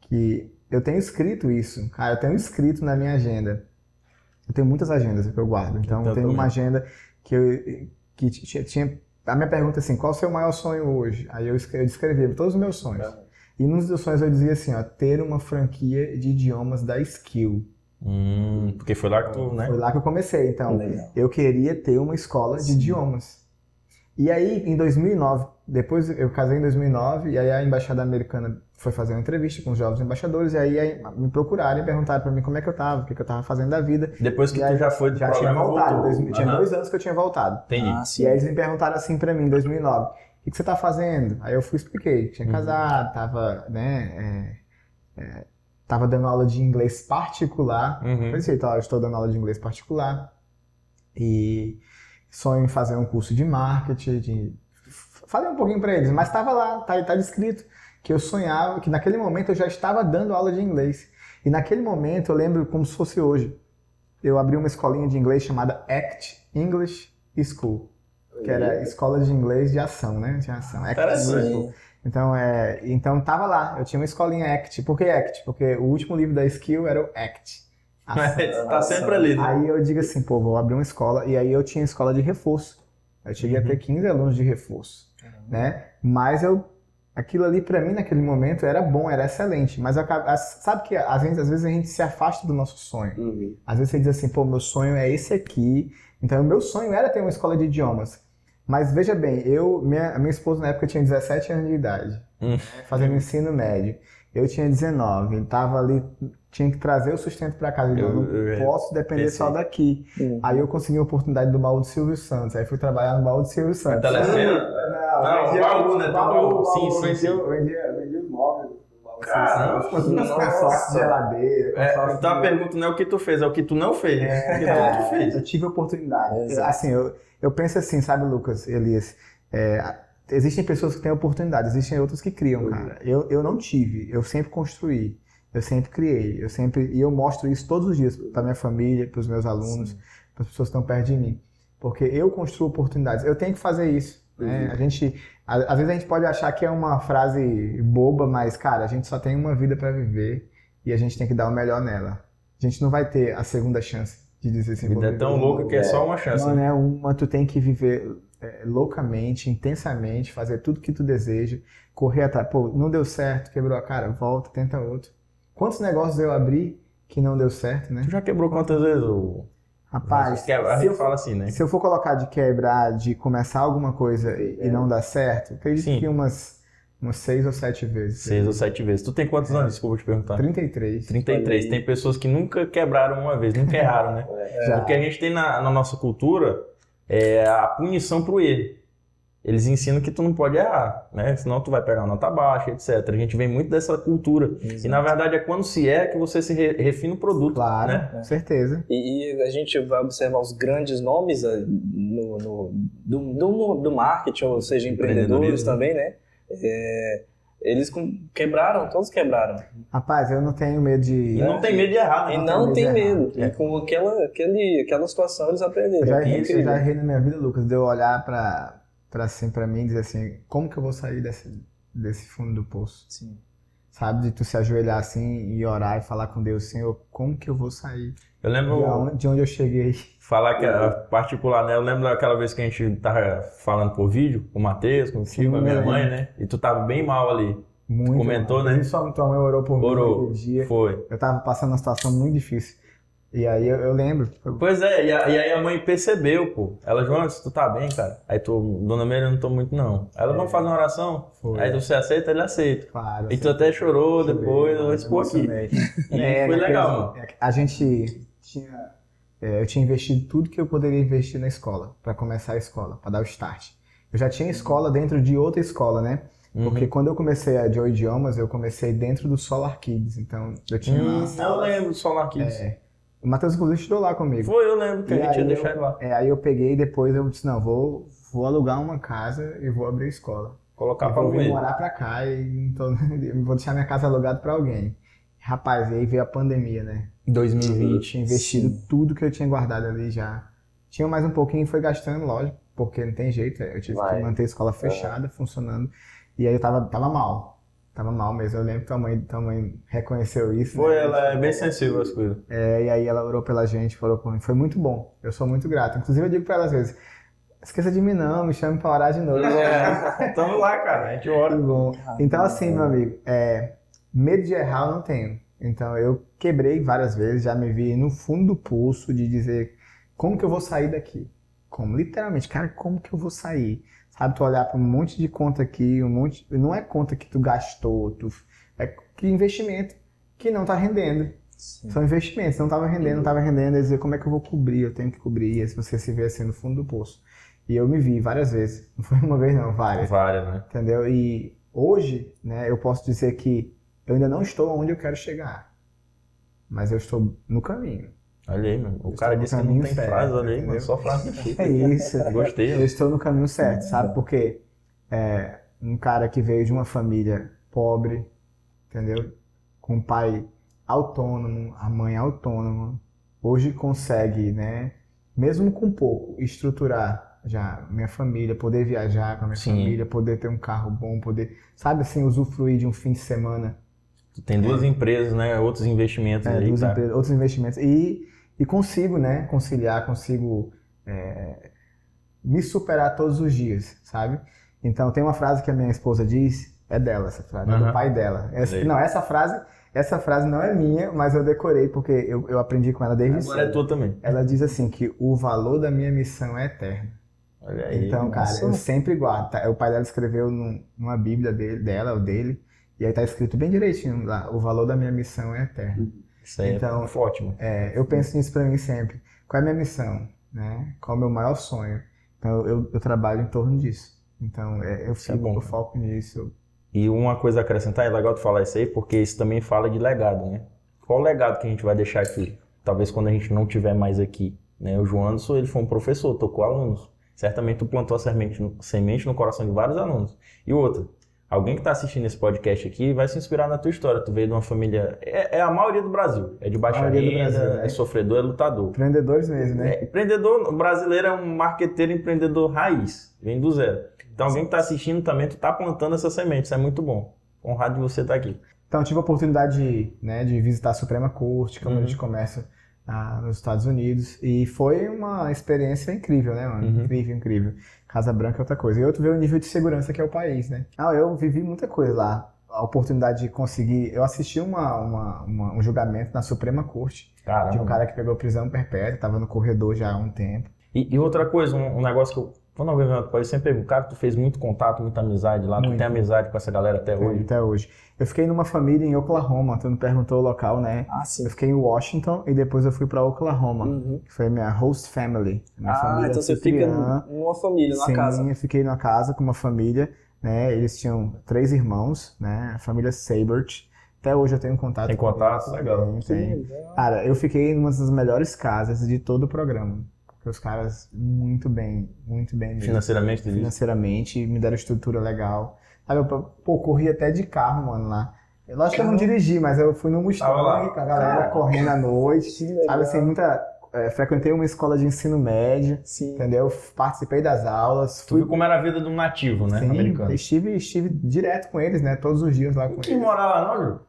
que eu tenho escrito isso, cara, eu tenho escrito na minha agenda. Eu tenho muitas agendas que eu guardo, então Então, tem também. uma agenda que eu que t- tinha, tinha- a minha pergunta é assim, qual o seu maior sonho hoje? Aí eu, escre- eu descrevia todos os meus sonhos. E nos meus sonhos eu dizia assim, ó, ter uma franquia de idiomas da Skill. Hum, porque foi lá que tu, né? Foi lá que eu comecei, então. Legal. Eu queria ter uma escola de Sim. idiomas. E aí, em 2009, depois eu casei em 2009, e aí a embaixada americana foi fazer uma entrevista com os jovens embaixadores, e aí a- me procuraram e perguntaram pra mim como é que eu tava, o que, que eu tava fazendo da vida. Depois que Já- tu já foi do Já tinha programa, voltado, voltou. dois- tinha Aham. dois anos que eu tinha voltado. Entendi. Ah, sim. E aí eles me perguntaram assim pra mim, em 2009, o que, que você tá fazendo? Aí eu fui e expliquei, tinha Uhum. casado, tava, né, é, é, tava dando aula de inglês particular, Uhum. foi isso aí, tá? Eu estou dando aula de inglês particular e sonho em fazer um curso de marketing, de... falei um pouquinho para eles, mas estava lá, tá, tá descrito que eu sonhava, que naquele momento eu já estava dando aula de inglês. E naquele momento eu lembro como se fosse hoje. Eu abri uma escolinha de inglês chamada Act English School, que era escola de inglês de ação, né? De ação. Act Interessante. English School. Então, é, então tava lá, eu tinha uma escolinha ACT. Por que ACT? Porque o último livro da Skill era o ACT. Ação. é. Mas tá sempre ali, né? Aí eu digo assim, pô, vou abrir uma escola. E aí eu tinha escola de reforço. Eu cheguei a ter 15 alunos de reforço, né? Mas eu aquilo ali para mim naquele momento era bom, era excelente, mas eu acaba- sabe que às vezes, às vezes a gente se afasta do nosso sonho. Uhum. Às vezes você diz assim, pô, meu sonho é esse aqui. Então, o meu sonho era ter uma escola de idiomas. Mas veja bem, eu, minha, a minha esposa na época tinha 17 anos de idade, Hum. né, fazendo ensino médio. Eu tinha 19, ele tava ali, tinha que trazer o sustento para casa. Eu, Eu- não eu- posso depender pensei. só daqui. Hum. Aí eu consegui a oportunidade do baú do Silvio Santos. Aí fui trabalhar no baú do Silvio Santos. Telecena? Não, Não, vendia- baú, né, do baú. Sim, baú, sim, vendia- sim. vendia- vendia os móveis do baú do Silvio Caramba. Santos, com consórcio de geladeira, É, consórcio então a de- pergunta não é o que tu fez, é o que tu não fez. o que tu É, não fez. Eu tive oportunidade. É, exato. assim, eu, eu penso assim, sabe, Lucas, Elias? É, a- existem pessoas que têm oportunidade, existem outras que criam, cara. Eu, eu não tive, eu sempre construí. Eu sempre criei, eu sempre e eu mostro isso todos os dias para minha família, para os meus alunos, para as pessoas que estão perto de mim, porque eu construo oportunidades. Eu tenho que fazer isso. né? Uhum. A gente, a- às vezes a gente pode achar que é uma frase boba, mas cara, a gente só tem uma vida para viver e a gente tem que dar o melhor nela. A gente não vai ter a segunda chance de dizer assim. vou Vida é viver tão uma- louca que é só uma chance. Mano, é uma, tu tem que viver é, loucamente, intensamente, fazer tudo que tu deseja, correr atrás. Pô, não deu certo, quebrou a cara, volta, tenta outro. Quantos negócios eu abri que não deu certo, né? Tu já quebrou quantas vezes o. Rapaz, Que a se gente eu, fala assim, né? É, se eu for colocar de quebrar, de começar alguma coisa e, e não dar certo, acredito Sim. que umas, umas seis ou sete vezes. Seis ou sete vezes. Tu tem quantos anos? Desculpa te perguntar. 33. 33. Tem pessoas que nunca quebraram uma vez, nunca erraram, né? Já. O que a gente tem na, na nossa cultura é a punição pro erro. Eles ensinam que tu não pode errar, né? Senão tu vai pegar uma nota baixa, etc. A gente vem muito dessa cultura. E na verdade é quando se erra que você se re- refina o produto. Claro, né? com certeza. E, e a gente vai observar os grandes nomes ah, no, no- do, do, do marketing, ou seja, empreendedores Empreendedorismo. também, né? É, eles com- quebraram, todos quebraram. Rapaz, eu não tenho medo de. E não tem medo de errar, né? E Ah, não não tem tem medo medo. E com aquela, aquele, aquela situação eles Eu aprenderam. já, É errei, eu incrível. já errei na minha vida, Lucas, de eu olhar pra, pra, assim, pra mim e dizer assim, como que eu vou sair desse, desse fundo do poço? Sim. Sabe, de tu se ajoelhar assim e orar e falar com Deus, Senhor, como que eu vou sair Eu de lembro. onde, de onde eu cheguei? falar que era particular, né? Eu lembro daquela vez que a gente tava falando por vídeo, com o Matheus, com o Sim, filho, com a minha eu mãe, né? E tu tava bem mal ali. Muito Comentou, mal. né? Inclusive, Só tua mãe orou por mim Orou. naquele dia. Foi. Eu tava passando uma situação muito difícil. E aí eu, eu lembro, eu- Pois é, e, a- e aí a mãe percebeu, pô. Ela, João, tu tá bem, cara? Aí tu, dona Meira, eu não tô muito, não. Ela, vamos fazer uma oração? Foi. Aí tu, você aceita? Ele aceita. claro. assim. E tu até chorou depois, eu disse, pô, aqui. E foi naquele- legal, mano. né, assim, A gente tinha. é, eu tinha investido tudo que eu poderia investir na escola, pra começar a escola, pra dar o start. Eu já tinha escola dentro de outra escola, né? Uhum. Porque quando eu comecei a Joy Idiomas, eu comecei dentro do Solar Kids. Então, eu tinha lá. Hum, eu lembro do Solar Kids. É, o Matheus, inclusive, estudou lá comigo. Foi, eu lembro que E a gente ia aí deixar ele lá. É, aí eu peguei e depois eu disse: não, vou, vou alugar uma casa e vou abrir a escola. Colocar Eu pra vou vir comer. morar pra cá e não tô- eu vou deixar minha casa alugada pra alguém. Rapaz, e aí veio a pandemia, né? Eu 2020. tinha investido tudo que eu tinha guardado ali já. Tinha mais um pouquinho e foi gastando, lógico, porque não tem jeito. né? Eu tive Vai. que manter a É. escola fechada, funcionando. E aí eu tava, tava mal. Tava mal mesmo. Eu lembro que tua mãe, tua mãe reconheceu isso. Foi, né? ela é bem sensível às coisas. É, e aí ela orou pela gente, orou por mim. Foi muito bom. Eu sou muito grato. Inclusive eu digo pra ela às vezes, esqueça de mim não, me chame pra orar de novo. É, tamo lá, cara. A gente ora. Muito bom. Então, assim, meu amigo, é, medo de errar eu não tenho. Então, eu quebrei várias vezes, já me vi no fundo do pulso de dizer como que eu vou sair daqui? Como? Literalmente, cara, como que eu vou sair? Sabe, tu olhar para um monte de conta aqui, um monte. Não é conta que tu gastou, tu... é que investimento que não tá rendendo. São investimentos, não tava rendendo, não tava rendendo, aí dizer como é que eu vou cobrir, eu tenho que cobrir, e aí você se vê assim no fundo do poço. E eu me vi várias vezes, não foi uma vez não, várias Várias, né? entendeu? E hoje, né, eu posso dizer que eu ainda não estou onde eu quero chegar, mas eu estou no caminho. Olha aí, mano. O Eles cara estão disse no que não caminho tem certo, frase, olha aí, mano. entendeu? Só frase de É isso. Gostei. Eu estou no caminho certo, sabe? Porque é, um cara que veio de uma família pobre, entendeu? Com um pai autônomo, a mãe autônoma, hoje consegue, né? Mesmo com pouco, estruturar já minha família, poder viajar com a minha Sim. família, poder ter um carro bom, poder, sabe assim, usufruir de um fim de semana Tu tem duas empresas, né? Outros investimentos É, aí, duas tá? empresas, outros investimentos. E, e consigo, né, conciliar, consigo é, me superar todos os dias, sabe? Então tem uma frase que a minha esposa diz, é dela essa frase, é Aham. do pai dela. Essa- Sei. não, essa frase, essa frase não é minha, mas eu decorei porque eu, eu aprendi com ela desde Agora é cedo. tua também. Ela diz assim que o valor da minha missão é eterno. Olha aí. Então, cara, nossa. eu sempre guardo. tá? O pai dela escreveu num- numa bíblia dele, dela ou dele, e aí tá escrito bem direitinho lá, o valor da minha missão é eterno. Isso aí então- é forte, mano. É, eu penso nisso pra mim sempre. Qual é a minha missão? Né? Qual é o meu maior sonho? Então eu- eu, eu trabalho em torno disso. Então é, eu Isso é fico, bom, eu cara. foco nisso. E uma coisa a acrescentar, é legal tu falar isso aí, porque isso também fala de legado, né? Qual o legado que a gente vai deixar aqui? Talvez quando a gente não tiver mais aqui, né? O Joanderson, ele foi um professor, tocou alunos. Certamente tu plantou a semente no, semente no coração de vários alunos. E outra, alguém que tá assistindo esse podcast aqui vai se inspirar na tua história. Tu veio de uma família... É, é a maioria do Brasil. É de baixa maioria do renda, Brasil, né? é sofredor, é lutador. Empreendedores mesmo, né? É, empreendedor brasileiro é um marqueteiro empreendedor raiz, vem do zero. Então alguém que está assistindo também, tu tá plantando essa semente, isso é muito bom. Honrado de você estar aqui. Então eu tive a oportunidade de, né, de visitar a Suprema Corte, é Câmara Uhum. de Comércio ah, nos Estados Unidos. E foi uma experiência incrível, né, mano? Uhum. Incrível, incrível. Casa Branca é outra coisa. E outro ver o nível de segurança que é o país, né? Ah, eu vivi muita coisa lá. A oportunidade de conseguir. Eu assisti uma- uma- uma- um julgamento na Suprema Corte. Cara, De um cara que pegou prisão perpétua, tava no corredor já há um tempo. e, e outra coisa, um, um negócio que eu, quando eu vejo outro país, eu sempre pergunto, cara, tu fez muito contato, muita amizade lá, tu Muito. tem amizade com essa galera até hoje. Até hoje. Eu fiquei numa família em Oklahoma, tu me perguntou o local, né? Ah, sim. Eu fiquei em Washington e depois eu fui pra Oklahoma, Uhum. que foi a minha host family. Minha Ah, família então você fica anfitriã. numa família, numa Sim, casa. eu fiquei numa casa com uma família, né? Eles tinham três irmãos, né? A família Sabert. Até hoje eu tenho um contato Tem com eles. contato? Legal. Tenho, Que tenho. legal. Cara, eu fiquei em uma das melhores casas de todo o programa. Porque os caras, muito bem, muito bem mesmo. Financeiramente, tu diz. financeiramente, me deram estrutura legal. Sabe, eu, pô, corri até de carro, mano, lá. Eu, lógico que eu não dirigi, mas eu fui no Tava lá. Mustang, com a galera Cara. correndo à noite. Que legal. Sabe, assim, muita... é, frequentei uma escola de ensino médio, Sim. entendeu? Participei das aulas, Tu fui... viu como era a vida de um nativo, né, Sim, americano. estive, estive direto com eles, né? Todos os dias lá com Não quis eles. morar lá não, Ju?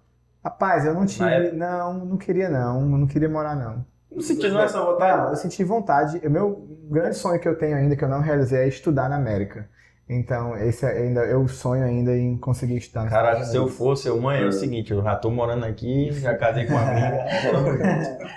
Rapaz, eu não tive... época? Não, não queria não. Eu não queria morar, não. Não sentiu não essa Não, vontade? Tá, eu senti vontade. O meu grande sonho que eu tenho ainda, que eu não realizei, é estudar na América. Então, esse é ainda, eu sonho ainda em conseguir estudar nos Cara, Estados se eu Unidos. fosse, eu mãe, é o seguinte, eu já tô morando aqui, já casei com uma amiga.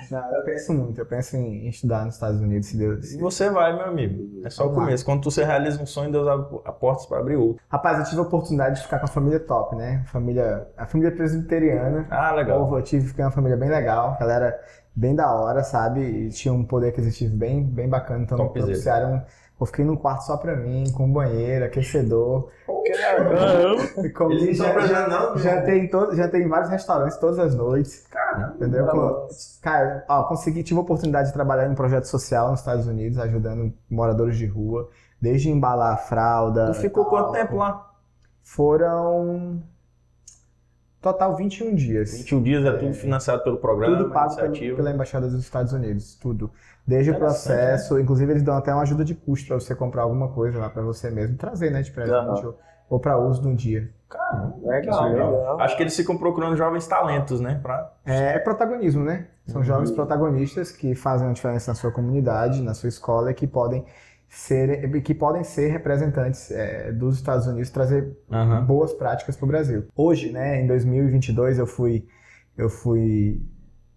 Não, eu penso muito, eu penso em em estudar nos Estados Unidos, se Deus. E se- você vai, meu amigo. É só o Vamos lá. começo. Quando você realiza um sonho, Deus abre a portas para abrir outro. Rapaz, eu tive a oportunidade de ficar com a família top, né? Família, a família presbiteriana. Ah, legal. Povo, eu tive fiquei com uma família bem legal, galera bem da hora, sabe? E tinha um poder aquisitivo bem, bem bacana, então me Topzera. propiciaram. Eu fiquei num quarto só pra mim, com um banheiro, aquecedor. E comi, Eles não estão já- já- precisando, não, Já meu. tem, em todo, já tem em vários restaurantes todas as noites, Caramba. entendeu? Com- Nossa. Cara, ó, consegui, tive a oportunidade de trabalhar em um projeto social nos Estados Unidos, ajudando moradores de rua, desde embalar a fralda. Tu ficou tal. quanto tempo lá? Foram. Total 21 dias. 21 dias é tudo financiado pelo programa, né, Tudo pago pelo- iniciativa. pela Embaixada dos Estados Unidos, tudo. Desde o Interessante, né? processo, inclusive eles dão até uma ajuda de custo pra você comprar alguma coisa lá pra você mesmo, trazer, né, de presente ou, ou pra uso no dia. Caramba. Legal. legal. legal. Acho que eles ficam procurando jovens talentos, né? Pra... É, é protagonismo, né? São Uhum. jovens protagonistas que fazem a diferença na sua comunidade, na sua escola e que podem ser, que podem ser representantes é, dos Estados Unidos, trazer boas práticas para o Brasil. Hoje, né, em 2022, eu fui, eu fui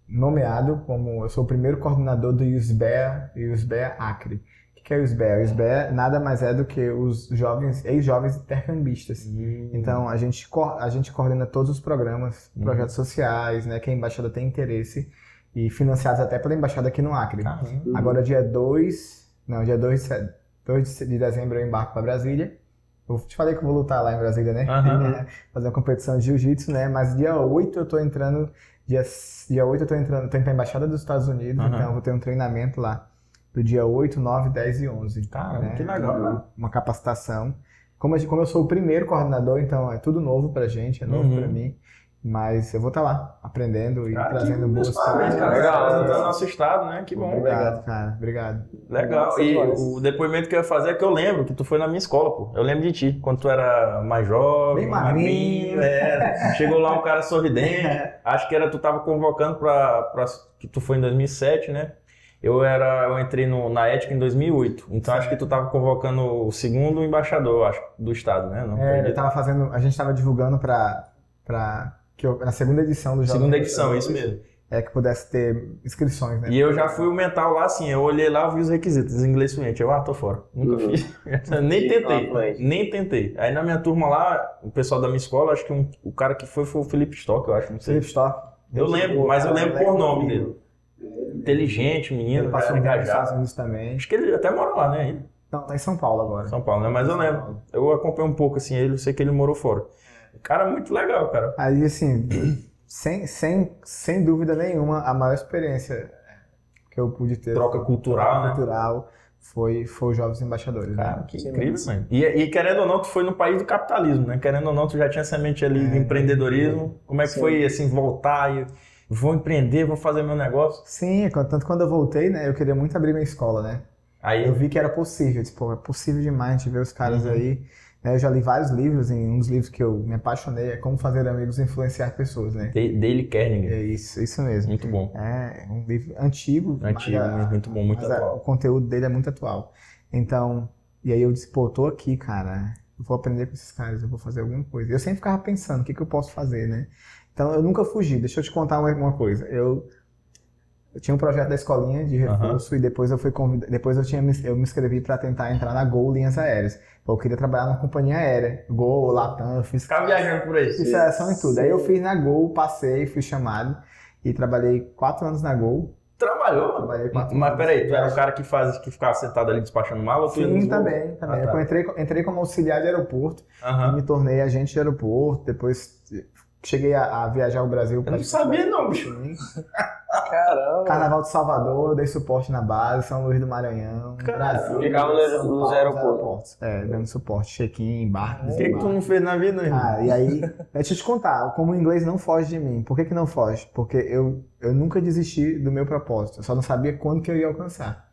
nomeado como eu sou o primeiro coordenador do USBEA, USBEA Acre. O que é o USBEA? O USBEA nada mais é do que os jovens, ex-jovens intercambistas. Então a gente, co- a gente coordena todos os programas, Uhum. projetos sociais, né? Que a embaixada tem interesse e financiados até pela embaixada aqui no Acre. Caramba. Agora dia 2, não, dia 2 de, se- 2 de se- de dezembro eu embarco para Brasília. Eu te falei que eu vou lutar lá em Brasília, né? Aham. Fazer uma competição de jiu-jitsu, né? Mas dia 8 eu tô entrando, dia, s- dia 8 eu tô entrando, tô indo pra embaixada dos Estados Unidos, Aham. então eu vou ter um treinamento lá do dia 8, 9, 10 e 11 Caramba, né? que legal, né? Uma capacitação. Como, a gente- como eu sou o primeiro coordenador, então é tudo novo pra gente, é novo Uhum. pra mim. Mas eu vou estar lá, aprendendo e Cara, trazendo que- boas meus parabéns, cara. práticas. Representando nosso estado, né? Que bom. Obrigado, cara. Obrigado. Legal. E o depoimento que eu ia fazer é que eu lembro que tu foi na minha escola, pô. Eu lembro de ti, quando tu era mais jovem, Bem magrinho. é. Chegou lá um cara é. sorridente. Acho que era tu tava convocando pra, pra que tu foi em 2007, né? Eu era, eu entrei no, na ética em 2008. Então acho que tu tava convocando o segundo embaixador, acho, do estado, né? Não É, acredito. eu tava fazendo, a gente tava divulgando pra, pra que eu- na segunda edição do Jovem Segunda Pan, edição, isso mesmo. É que pudesse ter inscrições, né? E eu já fui o mental lá assim, eu olhei lá, vi os requisitos, inglês fluente, eu, ah, tô fora. Nunca Uhum. fiz. nem E tentei, lá fluente. nem tentei. Aí na minha turma lá, o pessoal da minha escola, acho que um- o cara que foi foi o Felipe Stock, eu acho, não sei. Felipe Stock. Eu lembro, mas é eu lembro por nome dele. Inteligente, menino, Ele cara passou um tempo nos engajado. Estados Unidos também. Acho que ele até mora lá, né, ainda, Não, tá em São Paulo agora. em São Paulo, né? Mas eu lembro. Eu acompanho um pouco assim ele, eu sei que ele morou fora. O cara é muito legal, cara. Aí, assim, sem, sem, sem dúvida nenhuma, a maior experiência que eu pude ter Troca cultural, né? cultural foi, foi os Jovens Embaixadores. né? Cara, que Sim, incrível, mas- mano. E, e querendo ou não, tu foi no país do capitalismo, né? Querendo ou não, tu já tinha semente ali É, de empreendedorismo. Como é que Sim. foi, assim, voltar e vou empreender, vou fazer meu negócio? Sim, é, quando- tanto quando eu voltei, né, eu queria muito abrir minha escola, né? Aí Eu eu vi que era possível, tipo, é possível demais a gente ver os caras Uhum. aí. né? Eu já li vários livros, e um dos livros que eu me apaixonei é Como Fazer Amigos e Influenciar Pessoas, né? de- dele Kerning. É isso, isso mesmo. Muito bom. É um livro antigo, mas Antigo, né? a- mas muito bom, muito mas ah, a- atual. o conteúdo dele é muito atual. Então, e aí eu disse, pô, eu tô aqui, cara, eu vou aprender com esses caras, eu vou fazer alguma coisa. Eu sempre ficava pensando, o que que eu posso fazer, né? Então, eu nunca fugi. Deixa eu te contar uma, uma coisa. Eu, eu tinha um projeto da escolinha de Aham. reforço e depois eu fui convidado, depois eu tinha me- eu me inscrevi para tentar entrar na Gol Linhas Aéreas. Eu queria trabalhar na companhia aérea, Gol, Latam, eu fiz Ficava viajando por aí. Fiz seleção e tudo. Aí eu fiz na Gol, passei, fui chamado e trabalhei quatro anos na Gol. Trabalhou, mano. Trabalhei Mas, quatro mas anos. peraí, tu era o cara que, faz, que ficava sentado ali despachando mala? ou tu ia nos voos? Sim, também, também. Ah, tá. Eu entrei, entrei como auxiliar de aeroporto e Aham. me tornei agente de aeroporto. Depois cheguei a, a viajar o Brasil. Eu não sabia não, bicho. Caramba. Carnaval de Salvador, dei suporte na base, São Luís do Maranhão, Brasil. Ficava nos- São Paulo, nos aeroportos. É, dando suporte, check-in, embarque, O que, que desembarque. tu não fez na vida, irmão? Ah, e aí, deixa eu te contar, como o inglês não foge de mim. Por que, que não foge? Porque eu, eu nunca desisti do meu propósito, eu só não sabia quando que eu ia alcançar.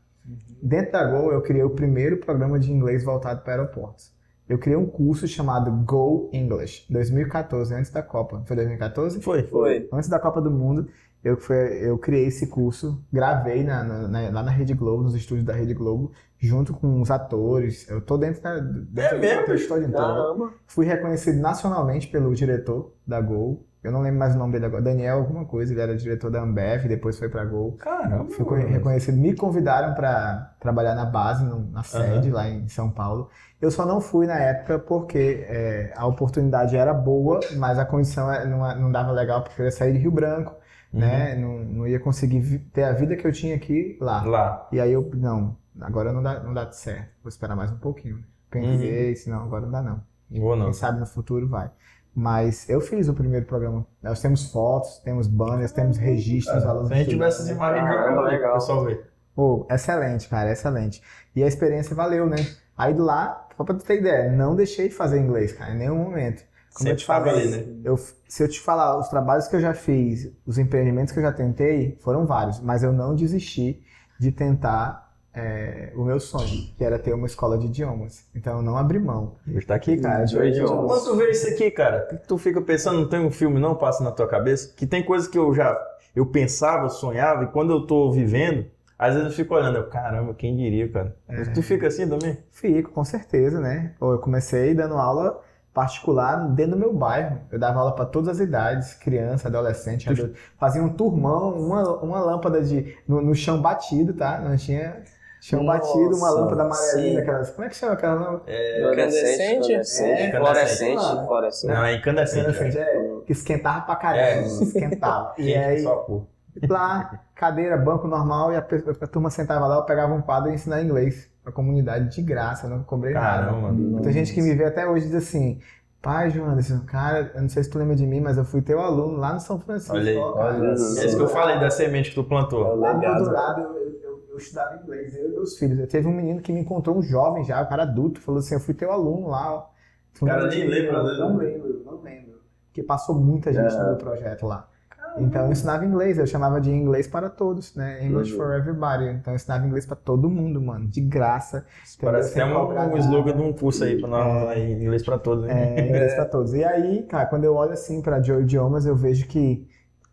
Dentro da Go, eu criei o primeiro programa de inglês voltado para aeroportos. Eu criei um curso chamado Go English, 2014, antes da Copa. Foi 2014? Foi. Foi. Antes da Copa do Mundo, eu, fui, eu criei esse curso, gravei na- na- na- lá na Rede Globo, nos estúdios da Rede Globo, junto com os atores. Eu tô dentro da. Dentro mesmo? Eu estou dentro. Caramba. Fui reconhecido nacionalmente pelo diretor da Gol. Eu não lembro mais o nome dele agora. Daniel alguma coisa. Ele era diretor da Ambev, depois foi pra Gol. Caramba, Fui mano. reconhecido. Me convidaram pra trabalhar na base, no- na sede lá em São Paulo. Eu só não fui na época porque é, a oportunidade era boa, mas a condição é- não, não dava legal porque eu ia sair de Rio Branco, Uhum. né? Não, não ia conseguir vi- ter a vida que eu tinha aqui lá. Lá. E aí eu, não, agora não dá, não dá certo. Vou esperar mais um pouquinho. Pensei, senão agora não dá não. Uhum. Boa não. Quem sabe no futuro vai. Mas eu fiz o primeiro programa. Nós temos fotos, temos banners, temos registros. alunos Ah, Se a gente tivesse essas estudando. imagens, Caramba, jogava aí pro legal. pessoal ver. Pô, excelente, cara, excelente. E a experiência valeu, né? Aí de lá, só pra tu ter ideia, não deixei de fazer inglês, cara, em nenhum momento. Como eu Sempre te tava falei, ali, né? eu, se eu te falar os trabalhos que eu já fiz, os empreendimentos que eu já tentei, foram vários, mas eu não desisti de tentar é, o meu sonho, que era ter uma escola de idiomas. Então eu não abri mão. Tá aqui, cara. Cara, Dois idiomas. Quando tu vê isso aqui, cara, o que tu fica pensando? Não tem um filme não passa na tua cabeça? Que tem coisas que eu já eu pensava, eu sonhava, e quando eu tô vivendo, às vezes eu fico olhando, eu, caramba, quem diria, cara? Tu fica assim também? Fico, com certeza, né? Pô, Eu comecei dando aula particular dentro do meu bairro. Eu dava aula para todas as idades, criança, adolescente, adulto. Fazia um turmão, uma, uma lâmpada de no, no chão batido, tá? Não tinha chão Nossa, batido, uma lâmpada amarelinha, sim. aquelas. Como é que chama aquela lâmpada? É. Incandescente? Fluorescente. É. Fluorescente. Fluorescente. Não, é incandescente. Adolescente, cara. é, que esquentava pra caramba, É. esquentava. E Quente, aí, só, pô. lá, cadeira, banco normal, e a, pe- a turma sentava lá, eu pegava um quadro e ia ensinar inglês pra comunidade de graça, eu não cobrei nada. Caramba, mano. Tem gente que me vê até hoje e diz assim: Pai, Joanderson, cara, eu não sei se tu lembra de mim, mas eu fui teu aluno lá no São Francisco. Olha aí, ó, cara. olha só. É isso que eu falei da semente que tu É plantou. Lá no Eldorado eu, eu, eu estudava inglês, eu e meus filhos. Eu teve um menino que me encontrou, um jovem já, um cara adulto, falou assim: Eu fui teu aluno lá. ó." O cara nem lembra, né? É. Não lembro, não lembro. Porque passou muita gente no meu projeto lá. Então eu ensinava inglês, eu chamava de inglês para todos, né? English Uhum. for everybody. Então eu ensinava inglês para todo mundo, mano, de graça. entendeu? Parece Sem até cobrar um, um nada. slogan de um curso aí pra nós, em inglês pra todos, né? É, inglês pra todos. E aí, cara, quando eu olho assim pra Joe Idiomas, eu vejo que,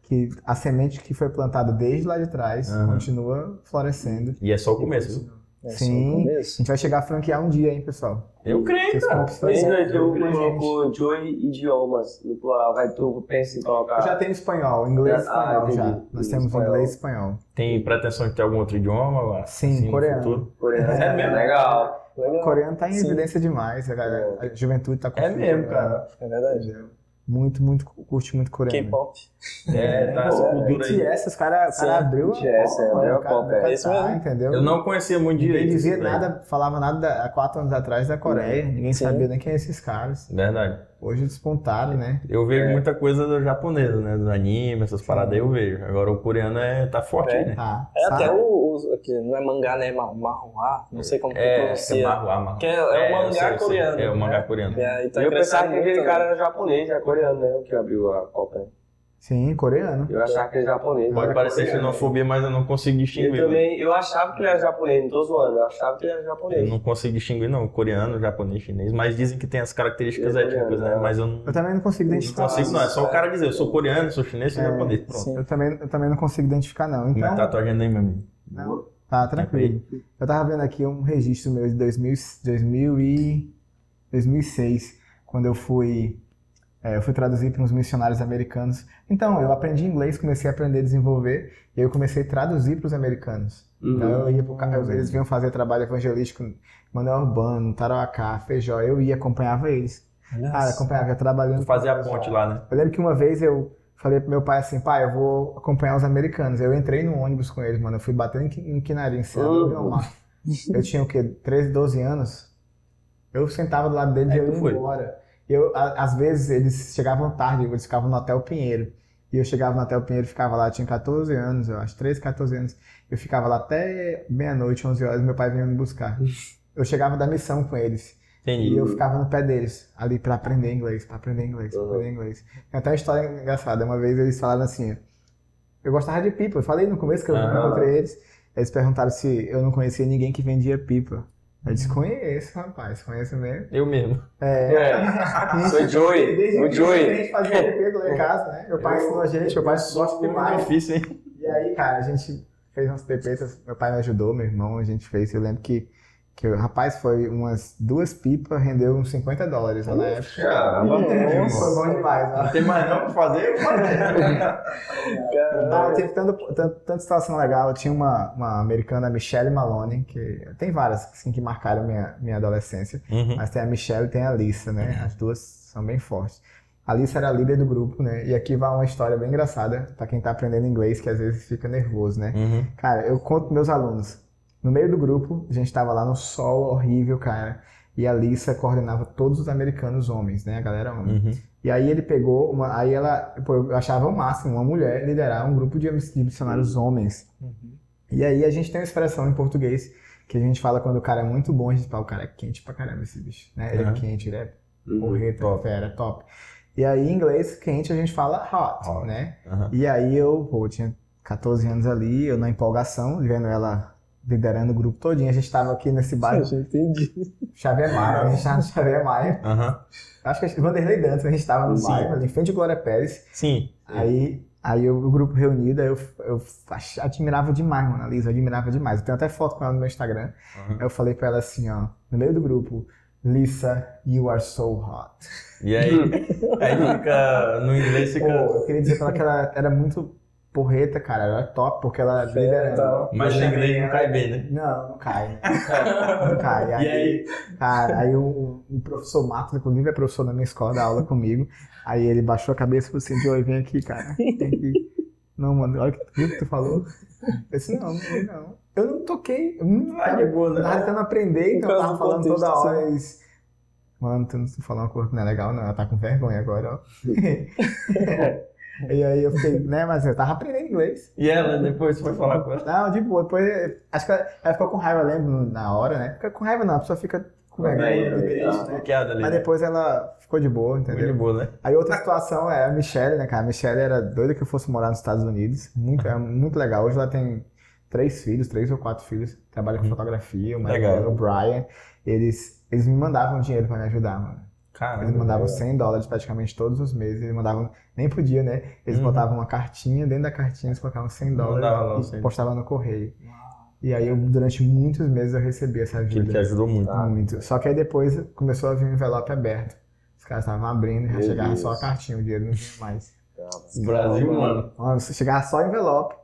que que a semente que foi plantada desde lá de trás Aham. continua florescendo. E é só o começo. viu? É só o Sim. A começo. gente vai chegar a franquear um dia, hein, pessoal? Eu creio, Vocês um cara. compram isso aí. Esse Eu eu creio, Tipo, colocou Joy Idiomas no plural, vai tu pensa em colocar. gente. Já tem espanhol, inglês e Ah, espanhol entendi. já. Nós temos Espanhol. inglês e espanhol. Tem pretensão de ter algum outro idioma? lá? assim, Sim, no coreano. futuro? Coreano. né? É mesmo? Legal. O Legal. coreano tá em Sim. evidência demais, a, galera, a juventude tá É curtindo mesmo, coreano. cara. É verdade. Muito, muito, curte muito coreano. né? K-pop. É, tá essa pô, cultura aí. BTS, os caras Sim, cara abriu a BTS, é, abriu a o cara- Copa, é o cara isso tá, mesmo. entendeu? Eu não conhecia muito direito. Ninguém dizia isso daí. nada, falava nada da- há quatro anos atrás da Coreia, ninguém Sim. sabia nem quem é esses caras. Verdade. Hoje despontaram, né? Eu vejo muita coisa do japonesa, né? Do anime, essas paradas aí eu vejo. Agora o coreano é, tá forte, É. né? Tá. É sabe? até o, o- aqui, não é mangá, né? Ma- Manhwa, não sei como que É, é pronuncia. marroá, marroá. Que é, é eu o sei, eu mangá sei. coreano. É o mangá né? coreano. E aí tá eu pensava crescendo que aquele muito, cara era japonês, é coreano, né? O que abriu a Copa. Sim, coreano. Eu achava que ele era japonês. Pode mas parecer coreano. xenofobia, mas eu não consigo Eu distinguir. né? velho. também, eu achava que ele era japonês, não tô zoando, eu achava que ele era Eu japonês. não consigo distinguir, não. Coreano, japonês, chinês. Mas dizem que tem as características É, étnicas, né? coreano, é. Mas eu não, Eu também não consigo não identificar. consigo, não. É só o cara dizer, eu sou coreano, sou chinês, sou É, japonês. Pronto. sim. Eu também, eu também não consigo identificar, não. Como é Então, que tá a tua agenda aí, meu amigo? não. tá tranquilo. Eu tava vendo aqui um registro meu de 2000, 2000 e 2006, quando eu fui, é, eu fui traduzir para uns missionários americanos. Então, eu aprendi inglês, comecei a aprender a desenvolver, e aí eu comecei a traduzir para os americanos. Então, eu ia pro, ca- eles vinham fazer trabalho evangelístico em Manoel Urbano, Tarauacá, Feijó. Eu ia, acompanhava eles. né? Ah, Cara, acompanhava, já trabalhando. Tu fazia a ponte lá, né? Eu lembro que uma vez eu falei pro meu pai assim, pai, eu vou acompanhar os americanos. Eu entrei no ônibus com eles, mano. Eu fui batendo em qui- em quinarim, cedo, Uhum. no mar. Eu tinha o quê? 13, 12 anos. Eu sentava do lado deles e Aí eu tu ia foi. embora. Eu, a- às vezes eles chegavam tarde, eles ficavam no Hotel Pinheiro. E eu chegava no Hotel Pinheiro, ficava lá, eu tinha 14 anos, eu acho, 13, 14 anos. Eu ficava lá até meia-noite, 11 horas, meu pai vinha me buscar. Eu chegava da missão com eles. E Entendi. eu ficava no pé deles, ali pra aprender inglês, pra aprender inglês, pra Uhum. aprender inglês. Tem até uma história engraçada. Uma vez eles falaram assim: eu gostava de pipa. Eu falei no começo que eu Ah. encontrei eles. Eles perguntaram se eu não conhecia ninguém que vendia pipa. Eu disse: conheço, rapaz, conheço mesmo. Eu mesmo. É. É, sou Joey, o A Joey. gente fazia pipa lá em casa, né? Meu pai Eu- ensinou a gente, meu pai gosta Muito demais. difícil, hein? E aí, cara, a gente fez umas pepetas, meu pai me ajudou, meu irmão, a gente fez. Eu lembro que, que o rapaz foi umas duas pipas, rendeu uns 50 dólares lá na época. Caramba, É, Foi bom demais, né? Não tem mais não pra fazer? Ah, Eu tava- teve tanto, tanto, tanta situação legal. Eu tinha uma, uma americana, a Michelle Maloney, que tem várias assim, que marcaram minha, minha adolescência. Uhum. Mas tem a Michelle e tem a Alissa, né? As duas são bem fortes. A Alissa era a líder do grupo, né? E aqui vai uma história bem engraçada pra quem tá aprendendo inglês, que às vezes fica nervoso, né? Uhum. Cara, eu conto pros meus alunos. No meio do grupo, a gente tava lá no sol horrível, cara. E a Lisa coordenava todos os americanos homens, né? A galera homem. Uhum. E aí ele pegou uma. Aí ela. Pô, eu achava o máximo uma mulher liderar um grupo de miss- de missionários Uhum. homens. E aí a gente tem uma expressão em português que a gente fala quando o cara é muito bom, a gente fala, o cara é quente pra caramba esse bicho, né? Ele Uhum. é quente, ele é Uhum. porreta, Top. fera, top. E aí em inglês, quente a gente fala hot, Hot. né? Uhum. E aí eu, pô, eu tinha 14 anos ali, eu na empolgação, vendo ela liderando o grupo todinho. A gente tava aqui nesse bairro, entendi. Xavier Maia, a gente tava no Xavier Maia. Aham. Acho que é Vanderlei Dantas, a gente tava no Sim. bairro, ali em frente de Glória Pérez. Sim. Aí, aí eu- o grupo reunido, aí eu, eu ach- admirava demais, mano, a Lisa, eu admirava demais. Eu tenho até foto com ela no meu Instagram. Uhum. Aí eu falei pra ela assim, ó, no meio do grupo, Lisa, you are so hot. E aí, aí fica. No inglês Pô, fica. eu queria dizer pra ela que ela era muito porreta, cara, ela era top, porque ela era Fera, liderando. Mas no inglês não cai bem, né? Não, não cai. Não cai. E aí? Cara, aí um, um professor Marcos, inclusive é professor da minha escola, dá aula comigo. Aí ele baixou a cabeça e falou assim, Joey, vem aqui, cara. Tem que... Não, mano, olha o que, viu o que tu falou. Eu disse, não, não foi não. Eu não toquei. Eu não Vai de boa, tava né? tentando aprender, Por então eu causa tava do falando contexto, toda hora. Isso. Mano, tu não falou uma coisa que não é legal, não. Ela tá com vergonha agora, ó. e aí eu fiquei, né, mas eu tava aprendendo inglês. E ela depois foi falar com ela. Não, de boa. Depois, eh, acho que ela, ela ficou com raiva, eu lembro, na hora, né? Fica com raiva não, a pessoa fica com vergonha. Aí, né? aí, é bloqueada ali. Mas né? depois ela ficou de boa, Foi de entendeu? boa, né? Aí outra situação é a Michelle, né, cara? A Michelle era doida que eu fosse morar nos Estados Unidos. Muito, é muito legal. Hoje ela tem três filhos, três ou quatro filhos. Trabalha com Uhum. fotografia, o Legal. Michael, o Brian. Eles, eles me mandavam dinheiro pra me ajudar, mano. Caramba. Eles mandavam 100 dólares praticamente todos os meses. Eles mandavam, nem podia, né? Eles Uhum. botavam uma cartinha, dentro da cartinha eles colocavam 100 dólares Mandava lá e os 100. postavam no correio. E aí, eu, durante muitos meses, eu recebi essa Aquilo que ajuda. ajudou muito. Muito. Só que aí depois começou a vir um envelope aberto. Os caras estavam abrindo e já Meu chegava Deus. só a cartinha, o dinheiro não vinha mais. Brasil, mano. Mano, se chegava só envelope,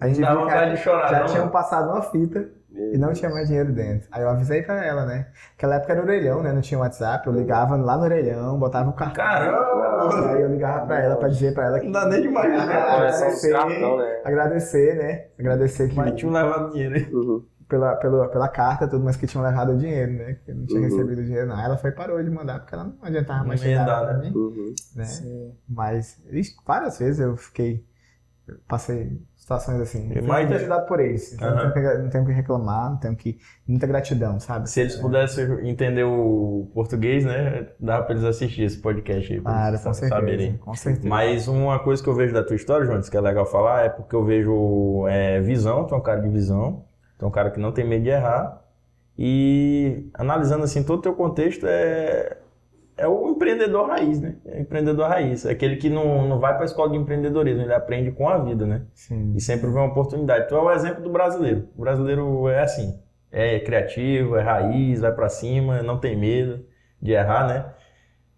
a gente Dá viu que a vontade de chorar, já um não, tinham mano? passado uma fita e não tinha mais dinheiro dentro. Aí eu avisei pra ela, né? Naquela época era orelhão, né? Não tinha WhatsApp. Eu ligava lá no orelhão, botava o cartão. um Caramba! Aí eu ligava pra ela pra dizer pra ela que. É, Não dá nem de né? imaginar. Ah, são os cartão, né? Agradecer, né? Agradecer que, Mas tinha levado dinheiro aí. Uhum. pela, pela, pela carta, tudo, mas que tinham levado o dinheiro, né? Que eu não tinha Uhum. recebido o dinheiro, não. Aí ela foi e parou de mandar, porque ela não adiantava Não mais ia chegar dar, pra né? mim, Uhum. né? Sim. Mas ixi, várias vezes eu fiquei. eu Passei situações assim. Eu Eu fui muito imagino. ajudado por eles. Então Aham. não, tenho que, não tenho que reclamar, não tenho que. Muita gratidão, sabe? Se eles pudessem entender o português, né? Dava pra eles assistir esse podcast aí. pra Claro, eles com certeza. saberem. Com certeza. Mas uma coisa que eu vejo da tua história, Jones, que é legal falar, é porque eu vejo é, visão, tu é um cara de visão, tu é um cara que não tem medo de errar. E analisando assim todo o teu contexto, é, é o empreendedor raiz, né? É o empreendedor raiz. É aquele que não, não vai para a escola de empreendedorismo, ele aprende com a vida, né? Sim. E sempre vê uma oportunidade. Tu é o exemplo do brasileiro. O brasileiro é assim, é criativo, é raiz, vai pra cima, não tem medo de errar, né?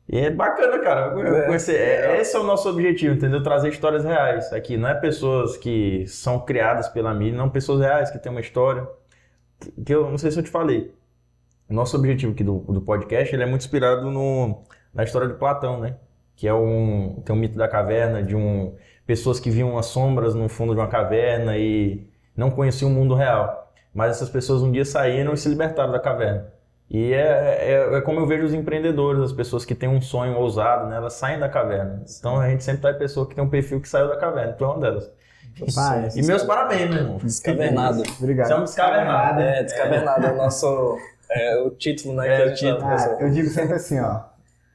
E é bacana, cara. É. Conhecer- é- Esse é o nosso objetivo, entendeu? Trazer histórias reais aqui. Não é pessoas que são criadas pela mídia, não pessoas reais que têm uma história. Que- Que eu não sei se eu te falei. O nosso objetivo aqui do, do podcast ele é muito inspirado no, na história de Platão, né? Que é um, tem um mito da caverna, de um, pessoas que viam as sombras no fundo de uma caverna e não conheciam o mundo real. Mas essas pessoas um dia saíram e se libertaram da caverna. E é, é, é como eu vejo os empreendedores, as pessoas que têm um sonho ousado, né? Elas saem da caverna. Então a gente sempre tá em pessoa que tem um perfil que saiu da caverna. Tu é uma delas. Vai. E meus parabéns, meu irmão. Descavernado. Obrigado. Você é um descavernado. É, descavernado é o nosso. É o título, né? É, que a o gente título. tá Ah, pensando. eu digo sempre assim, ó.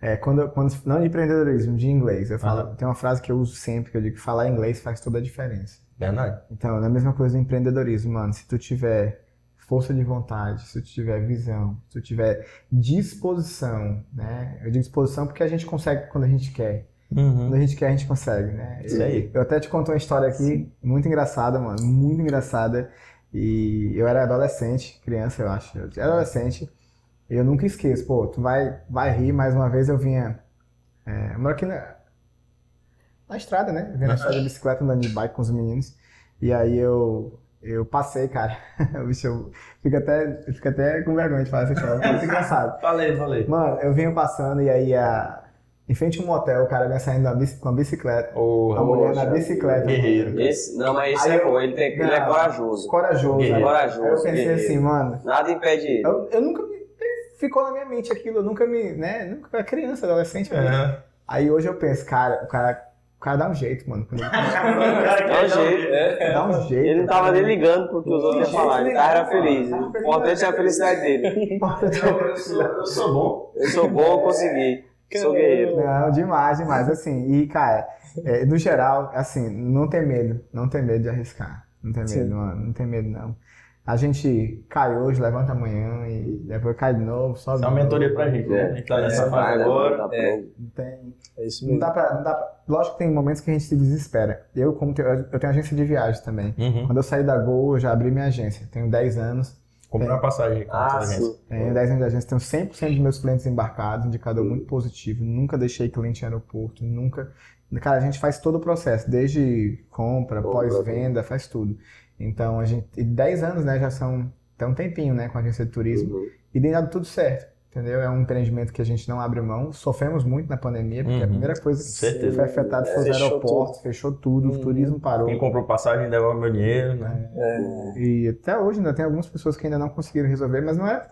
É, quando, eu- quando, não de empreendedorismo, de inglês. Eu falo, Aham. tem uma frase que eu uso sempre, que eu digo que falar inglês faz toda a diferença. Verdade. Então, é a mesma coisa do empreendedorismo, mano. Se tu tiver força de vontade, se tu tiver visão, se tu tiver disposição, né? Eu digo disposição porque a gente consegue quando a gente quer. Quando a gente quer, a gente consegue, né? Isso aí. Eu até te conto uma história aqui, muito engraçada, mano, muito engraçada. E eu era adolescente, criança, eu acho. Eu era adolescente. E eu nunca esqueço, pô, tu vai, vai rir, mais uma vez eu vinha. É, eu moro aqui na, na estrada, né? Eu vinha na estrada de bicicleta, andando de bike com os meninos. E aí eu. Eu passei, cara. O bicho, eu fico até, eu fico até com vergonha de falar essa história. É muito engraçado. Falei, falei. Mano, eu vinha passando e aí a. Em frente a um motel, o cara vinha saindo da bici- com a bicicleta. Ô, A mulher na Raul, bicicleta. Guerreiro. Esse, não, mas esse Aí é eu- bom, ele, tem, ele é Não. corajoso. Corajoso. Guerreiro. né? Corajoso, Aí eu pensei guerreiro. assim, mano. Nada impede ele. Eu, eu nunca me. Ficou na minha mente aquilo, eu nunca me. né? Nunca eu era criança, adolescente. né? É. Aí hoje eu penso, cara, o cara. O cara dá um jeito, mano. Quando ele- Dá um jeito. É, Dá um jeito. Ele não tava nem ligando porque os outros De iam falar. jeito Ele tava era nenhum, feliz. cara. O importante é a felicidade dele. Eu sou, eu sou bom. Eu sou bom, eu consegui. Sou guerreiro. Não, demais, demais. Assim, e cara, é, no geral, assim, não tem medo. Não tem medo de arriscar. Não tem medo, Sim. mano. Não tem medo, não. A gente cai hoje, levanta amanhã e depois cai de novo. Sobe Isso é uma de mentoria novo. pra gente, né? A gente tá nessa Vai, fase agora. tá bom. Não tem. É isso Não mesmo. dá pra, não dá pra- Lógico que tem momentos que a gente se desespera. Eu, como te- eu tenho agência de viagem também. Uhum. Quando eu saí da Gol, eu já abri minha agência. Tenho 10 anos. Comprar uma passagem com Ah, a gente. sim. Tenho 10 anos de agência. Tenho 100% dos meus clientes embarcados. Indicador muito positivo. Nunca deixei cliente em aeroporto. Nunca... Cara, a gente faz todo o processo. Desde compra, Compra. pós-venda, faz tudo. Então, a gente... E 10 anos, né? Já são... Tem um tempinho, né? Com a agência de turismo. Uhum. E tem dado tudo certo. Entendeu? É um empreendimento que a gente não abre mão. Sofremos muito na pandemia, porque é a Uhum. primeira coisa que Certeza. foi afetado foi os Fechou aeroportos, fechou tudo, o Uhum. turismo parou. Quem comprou passagem devolve meu dinheiro, né? É, E até hoje ainda tem algumas pessoas que ainda não conseguiram resolver, mas não é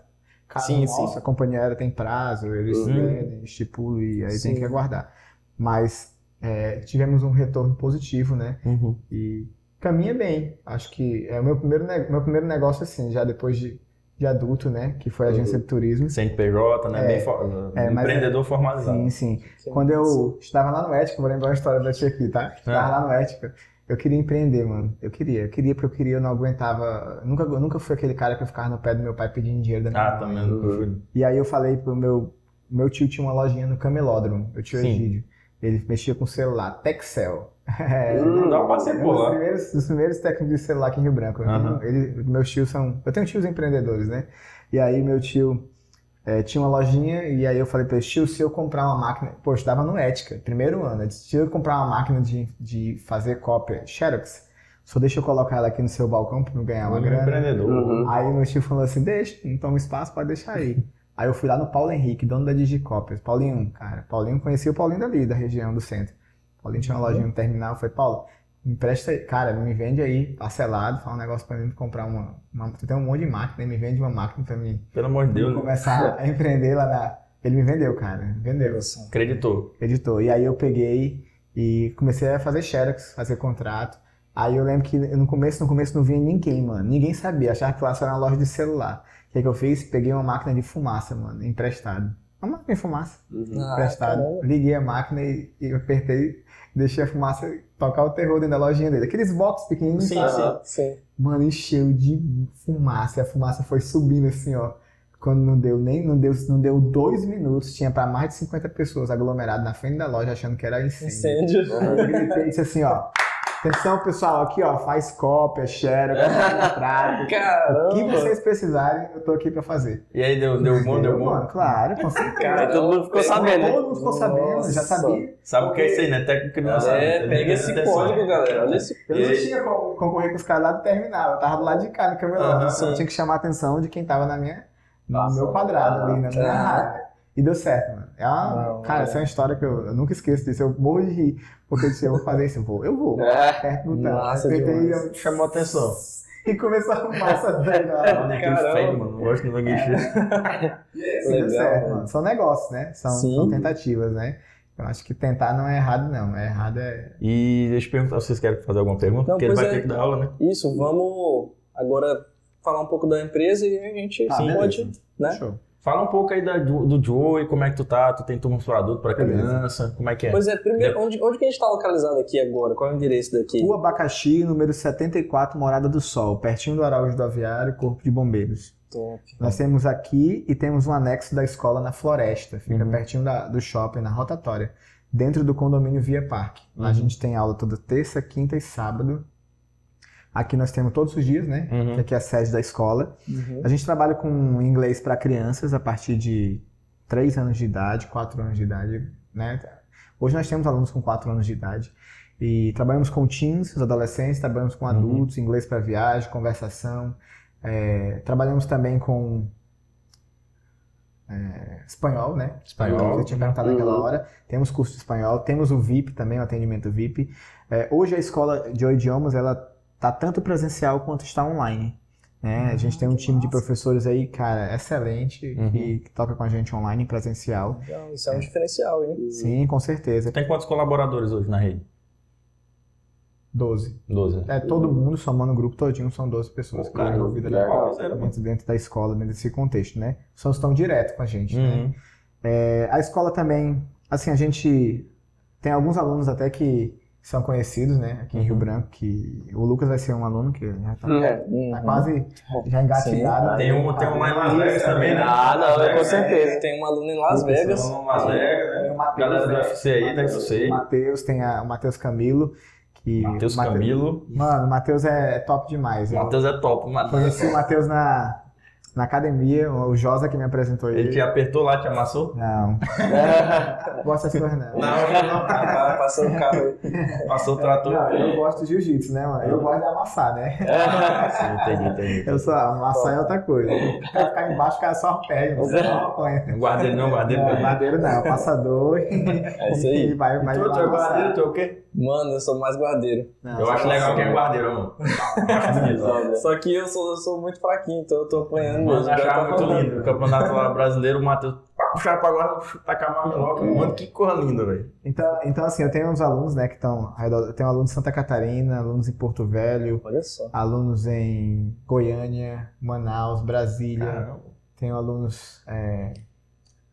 caso Sim, nosso, sim. a companhia aérea tem prazo, eles Uhum. pedem, estipulam e aí Sim. tem que aguardar. Mas é, tivemos um retorno positivo, né? Uhum. E caminha bem. Acho que é o meu primeiro, ne- meu primeiro negócio, assim, já depois de, de adulto, né? Que foi a Uhum. agência de turismo. CNPJ, né? É. Bem for- É, mas empreendedor formalizado. Sim, sim. Quando eu estava lá no Ética, vou lembrar uma história da tia aqui, tá? Estava Ah. lá no Ética, eu queria empreender, mano. Eu queria, eu queria porque eu queria, eu não aguentava. Nunca, eu nunca fui aquele cara que eu ficava no pé do meu pai pedindo dinheiro da minha Ah, mãe. também. não- E aí eu falei pro meu Meu tio tinha uma lojinha no Camelódromo, meu tio Sim. Egídio. Ele mexia com celular, Texel. É, Hum, Dá pra passei é por um dos lá. primeiros, dos primeiros técnicos de celular aqui em Rio Branco. Aham. Ele- meus tios são. Eu tenho tios empreendedores, né? E aí meu tio eh, tinha uma lojinha e aí eu falei pra ele, tio, se eu comprar uma máquina. Pô, eu estudava no Ética, primeiro ano. Eu disse, se eu comprar uma máquina de, de fazer cópia Xerox, só deixa eu colocar ela aqui no seu balcão pra não ganhar É uma Um grana. empreendedor. Uhum. Aí meu tio falou assim, deixa, não toma espaço, pode deixar aí. Aí eu fui lá no Paulo Henrique, dono da Digicópias. Paulinho, cara. Paulinho conhecia o Paulinho dali, da região do centro. Paulinho tinha uma lojinha no terminal. Eu falei, Paulo, me empresta aí, cara, me vende aí, parcelado, fala um negócio pra mim comprar uma. uma tu tem um monte de máquina, me vende uma máquina pra mim Pelo amor de Deus, Uhum. né? começar a empreender lá na. Ele me vendeu, cara. me Vendeu. acreditou. Editor. E aí eu peguei e comecei a fazer xerox, fazer contrato. Aí eu lembro que no começo, no começo não vinha ninguém, mano. Ninguém sabia, achava que lá só era uma loja de celular. O que, que eu fiz? Peguei uma máquina de fumaça, mano, emprestado. Uma máquina de fumaça, Uhum. Ah, emprestado. caramba. Liguei a máquina e, e apertei, deixei a fumaça tocar o terror dentro da lojinha dele. Aqueles box pequenininhos, Sim, sabe? sim. Sim. Mano, encheu de fumaça. E a fumaça foi subindo assim, ó. Quando não deu nem, não deu, não deu dois minutos, tinha pra mais de 50 pessoas aglomeradas na frente da loja achando que era incêndio. Incêndio. Eu gritei e disse assim, ó. Atenção, pessoal, aqui, ó, faz cópia, xerox, contrato. O que Caramba. vocês precisarem, eu tô aqui pra fazer. E aí deu, deu bom, deu Entendeu, bom. mano? Claro, com certeza. Aí todo mundo ficou Pegou sabendo, né? Todo mundo ficou sabendo, já Nossa. sabia. Sabe o que é isso aí, né? Técnico não sabe. É, pega esse Atenção. código, galera. Olha esse Eu não tinha como concorrer com os caras lá do terminal, eu tava do lado de cá no camelão. Aham, só sim. tinha que chamar a atenção de quem tava na minha, no Nossa, meu quadrado ali, na minha tá. área. E deu certo, mano. É uma- Não, cara, é. essa é uma história que eu, eu nunca esqueço disso. Eu morro de rir. Porque eu disse, eu vou fazer isso, eu vou, eu vou. É. Aperto o botão. Massa Apertei e eu- Chamou atenção. é E começou a massa doida lá. Olha aquele Caramba. É. feio, mano. Não gosto do guichê. Isso Legal, deu certo, mano. mano. São negócios, né? São, Sim. são tentativas, né? Eu acho que tentar não é errado, não. É errado é. E deixa eu perguntar, vocês querem fazer alguma pergunta? Não, Porque ele pois vai é. ter que dar aula, né? Isso, vamos agora falar um pouco da empresa e a gente Ah, beleza. pode. Né? Show. Fala um pouco aí da- do, do Joey, como é que tu tá? Tu tem turma pra adulto, pra Beleza. criança? Como é que é? Pois é, primeiro, onde, onde que a gente tá localizado aqui agora? Qual é o endereço daqui? O abacaxi, número 74, Morada do Sol, pertinho do Araújo do Aviário, Corpo de Bombeiros. Top. Nós temos aqui e temos um anexo da escola na Floresta, fica Uhum. pertinho da- do shopping, na rotatória, dentro do condomínio Via Parque. Lá a Uhum. gente tem aula toda terça, quinta e sábado. Aqui nós temos todos os dias, né? Uhum. Aqui é a sede da escola. Uhum. A gente trabalha com inglês para crianças a partir de 3 anos de idade, 4 anos de idade, né? Hoje nós temos alunos com 4 anos de idade e trabalhamos com teens, os adolescentes, trabalhamos com Uhum. adultos, inglês para viagem, conversação. é, trabalhamos também com é, espanhol, né? Espanhol. Eu tinha perguntado naquela Uhum. hora. Temos curso de espanhol, temos o VIP também, o atendimento VIP. É, hoje a escola de idiomas, ela tá tanto presencial quanto está online. né? a Ah, gente tem um que time de massa. professores aí, cara, excelente, Uhum. que toca com a gente online, presencial. Então, isso é um diferencial, hein? Uhum. Sim, com certeza. Tem quantos colaboradores hoje na rede? 12. Doze. né? É, todo mundo, somando o grupo todinho, são 12 pessoas Uhum. Pô, que estão cara, envolvidas legal. na- dentro, dentro da escola, dentro desse contexto, né? Só estão direto com a gente, né? Uhum. É, a escola também, assim, a gente tem alguns alunos até que são conhecidos, né, aqui em Rio Uhum. Branco, que o Lucas vai ser um aluno que já tá, É. Uhum. tá quase já engatilhado. Tem um, tem um lá em Las Vegas também, né? Ah, não, é com certeza. Tem um aluno em Las Vegas. Tem um Las Vegas, né? Tem o Matheus, Galera do né? UFC aí, né, que eu sei. O Matheus, tem a- o Matheus Camilo, que... Matheus o Mate- Camilo. Mano, o Matheus é top demais. Eu Matheus é top. Matheus. conheci o Matheus na, na academia, o Josa que me apresentou Ele é te ele. apertou lá, te amassou? Não, não gosto dessas coisas não. Não, Tá passando o carro aí. não. Passou o trator. Não, eu gosto de jiu-jitsu, né, mano? Eu gosto de amassar, né? Ah, Sim, entendi, entendi. Eu só amassar é outra coisa. Pra ficar embaixo, o cara só perde, você só apanha. Não guarda ele não, guarda ele Não, não. madeiro não, um passador É isso e aí. vai mais Tu, tu é guardeiro, tu é o quê? Mano, eu sou mais guardeiro. assim, Eu acho legal quem é guardeiro, mano. Acho bonito. Só que eu sou, eu sou muito fraquinho, então eu tô apanhando Mano, mesmo. eu achava Agora tá muito falando. lindo. O campeonato lá brasileiro, o Matheus pá, puxava pra guarda, tacava a minhoca. Mano, que cor linda, velho. Então, então, assim, eu tenho uns alunos, né, que estão. Eu tenho alunos de Santa Catarina, alunos em Porto Velho, Olha só. alunos em Goiânia, Manaus, Brasília. Caramba. Tenho alunos é,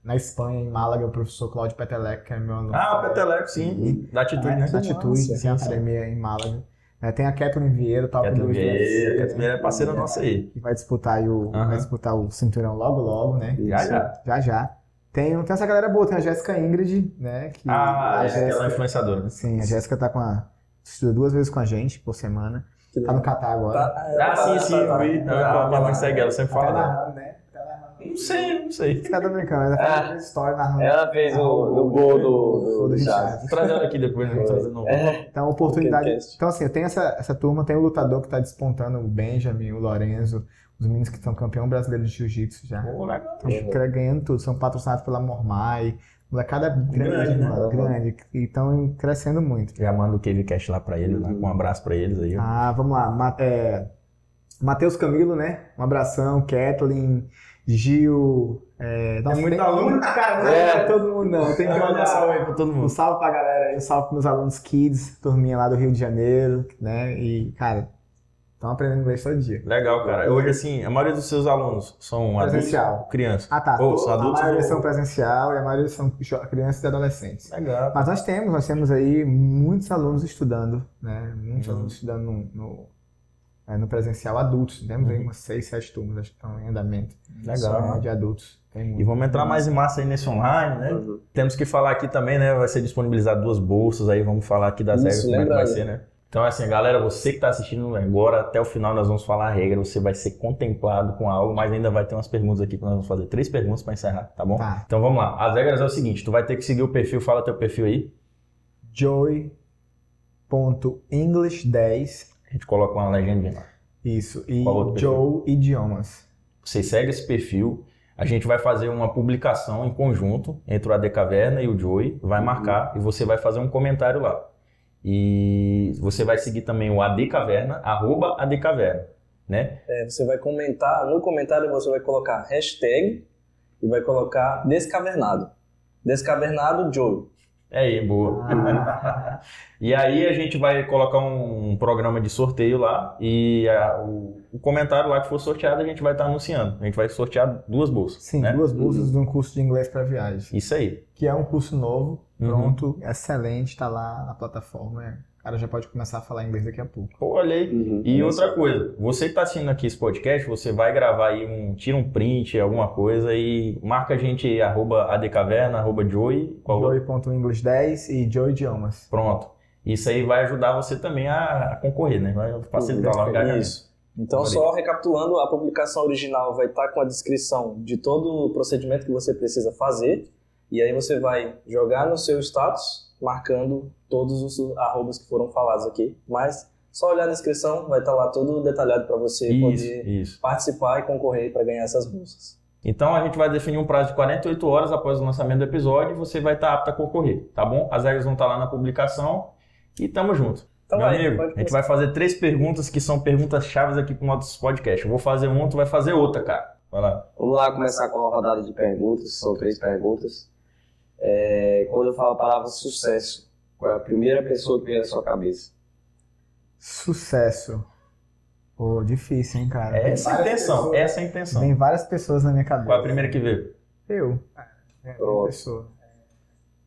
na Espanha, em Málaga, o professor Cláudio Petelec, que é meu aluno. Ah, o Peteleco, sim. Da atitude, né? Na Atitude, massa, sim, massa. academia em Málaga. É, tem a Kathleen Vieira, top Cato 2 do UFC, Vieira, né? Cato Vieira é parceira nossa aí. que vai disputar aí o, Aham. vai disputar o cinturão logo logo, né? Já, já. Já já. Tem, tem essa galera boa, tem a Jéssica Ingrid, né? Que Ah, a é, ela é Jéssica, influenciadora. sim, a Jéssica tá com a. Estuda duas vezes com a gente por semana. Que Tá no Catar agora. Tá- Ah, sim, sim, tá- eu tá- vi. tá- A minha mãe tá- segue ela, sempre Tá fala dela. narrando, né? Tá narrando. Não sei, não sei. Tá brincando, ela Ah. faz uma história narrando. Ela fez o, no gol do, do, do Chaves. Vamos trazer ela aqui depois, vamos trazer de novo. Então, oportunidade. Podcast. Então, assim, eu tenho essa, essa turma, tem o lutador que tá despontando, o Benjamin, o Lorenzo, os meninos que são campeão brasileiro de jiu-jitsu já. Pô, legal. Então, os caras ganhando tudo, são patrocinados pela Mormai. Molecada é grande, Grande, né? mano, grande. E estão crescendo muito. Já manda o KVCast lá pra ele, lá, um abraço pra eles aí. ó. Ah, vamos lá. Ma é, Matheus Camilo, né? Um abração. Kathleen, Gil. É, nossa, muito tem- aluno. Cara, não é todo mundo, não. Tem que olhar. pra todo Um salve pra galera aí, um salve pros meus alunos kids, turminha lá do Rio de Janeiro, né? E, cara, estão aprendendo inglês todo dia. Legal, cara. Hoje, assim, a maioria dos seus alunos são adultos Presencial. ou crianças? Ah, tá. Ou to- são a adultos maioria ou- são presencial e a maioria são jo- crianças e adolescentes. Ah, Legal. Mas nós temos, nós temos aí muitos alunos estudando, né? Muitos Uhum. alunos estudando no, no, é, no presencial, adultos. Temos Uhum. aí umas seis, sete turmas acho que estão em andamento. Legal. Só de adultos. Tem E muito. vamos entrar mais em massa aí nesse online, né? Uhum. Temos que falar aqui também, né? Vai ser disponibilizado duas bolsas aí, vamos falar aqui das regras, Isso, como é que vai lembra ser, né? Então, assim, galera, você que está assistindo agora, até o final nós vamos falar a regra, você vai ser contemplado com algo, mas ainda vai ter umas perguntas aqui que nós vamos fazer. Três perguntas para encerrar, tá bom? Tá. Então vamos lá. As regras é o seguinte, tu vai ter que seguir o perfil, fala teu perfil aí. Joy.english10. A gente coloca uma legendinha lá. Isso. E Qual outro Joe Idiomas. Você segue esse perfil, a gente vai fazer uma publicação em conjunto entre o AD Caverna e o Joey, vai marcar e você vai fazer um comentário lá. E você vai seguir também o AD Caverna, arroba AD Caverna, né? É, você vai comentar, no comentário você vai colocar hashtag e vai colocar descavernado. Descavernado Joe. É aí, boa. E aí a gente vai colocar um programa de sorteio lá e a- o, o comentário lá que for sorteado a gente vai estar anunciando. A gente vai sortear duas bolsas, Sim, né? duas bolsas de um curso de inglês para viagem, Isso aí. que é um curso novo, Uhum. pronto, excelente, tá lá na plataforma. é. O cara já pode começar a falar inglês daqui a pouco. Pô, olha aí. Uhum. É E outra coisa, você que está assistindo aqui esse podcast, você vai gravar aí um, tira um print, alguma coisa e marca a gente aí, arroba adcaverna, arroba joy, qual outro? Joy.english10 e Joy Idiomas. Pronto. Isso aí vai ajudar você também a, a concorrer, né? Vai facilitar lá né? o engajamento. Isso. Então, só recapitulando, a publicação original vai estar com a descrição de todo o procedimento que você precisa fazer. E aí você vai jogar no seu status, marcando todos os arrobas que foram falados aqui. Mas só olhar na descrição, vai estar lá tudo detalhado para você Isso, poder isso. participar e concorrer para ganhar essas bolsas. Então a gente vai definir um prazo de 48 horas após o lançamento do episódio e você vai estar apto a concorrer, tá bom? As regras vão estar lá na publicação e tamo junto. Então, Meu vai, amigo, a pode gente começar. vai fazer três perguntas que são perguntas chaves aqui pro nosso podcast. Eu vou fazer uma, tu vai fazer outra, cara. Vai lá. Vamos lá começar com uma rodada de perguntas, são três perguntas. É, quando eu falo a palavra sucesso, qual é a primeira pessoa que vem na sua cabeça? Sucesso. Pô, difícil, hein, cara? Tem Essa é a várias intenção, pessoas- essa é a intenção. Tem várias pessoas na minha cabeça. Qual é a primeira que veio? Eu. É, a Pronto. pessoa.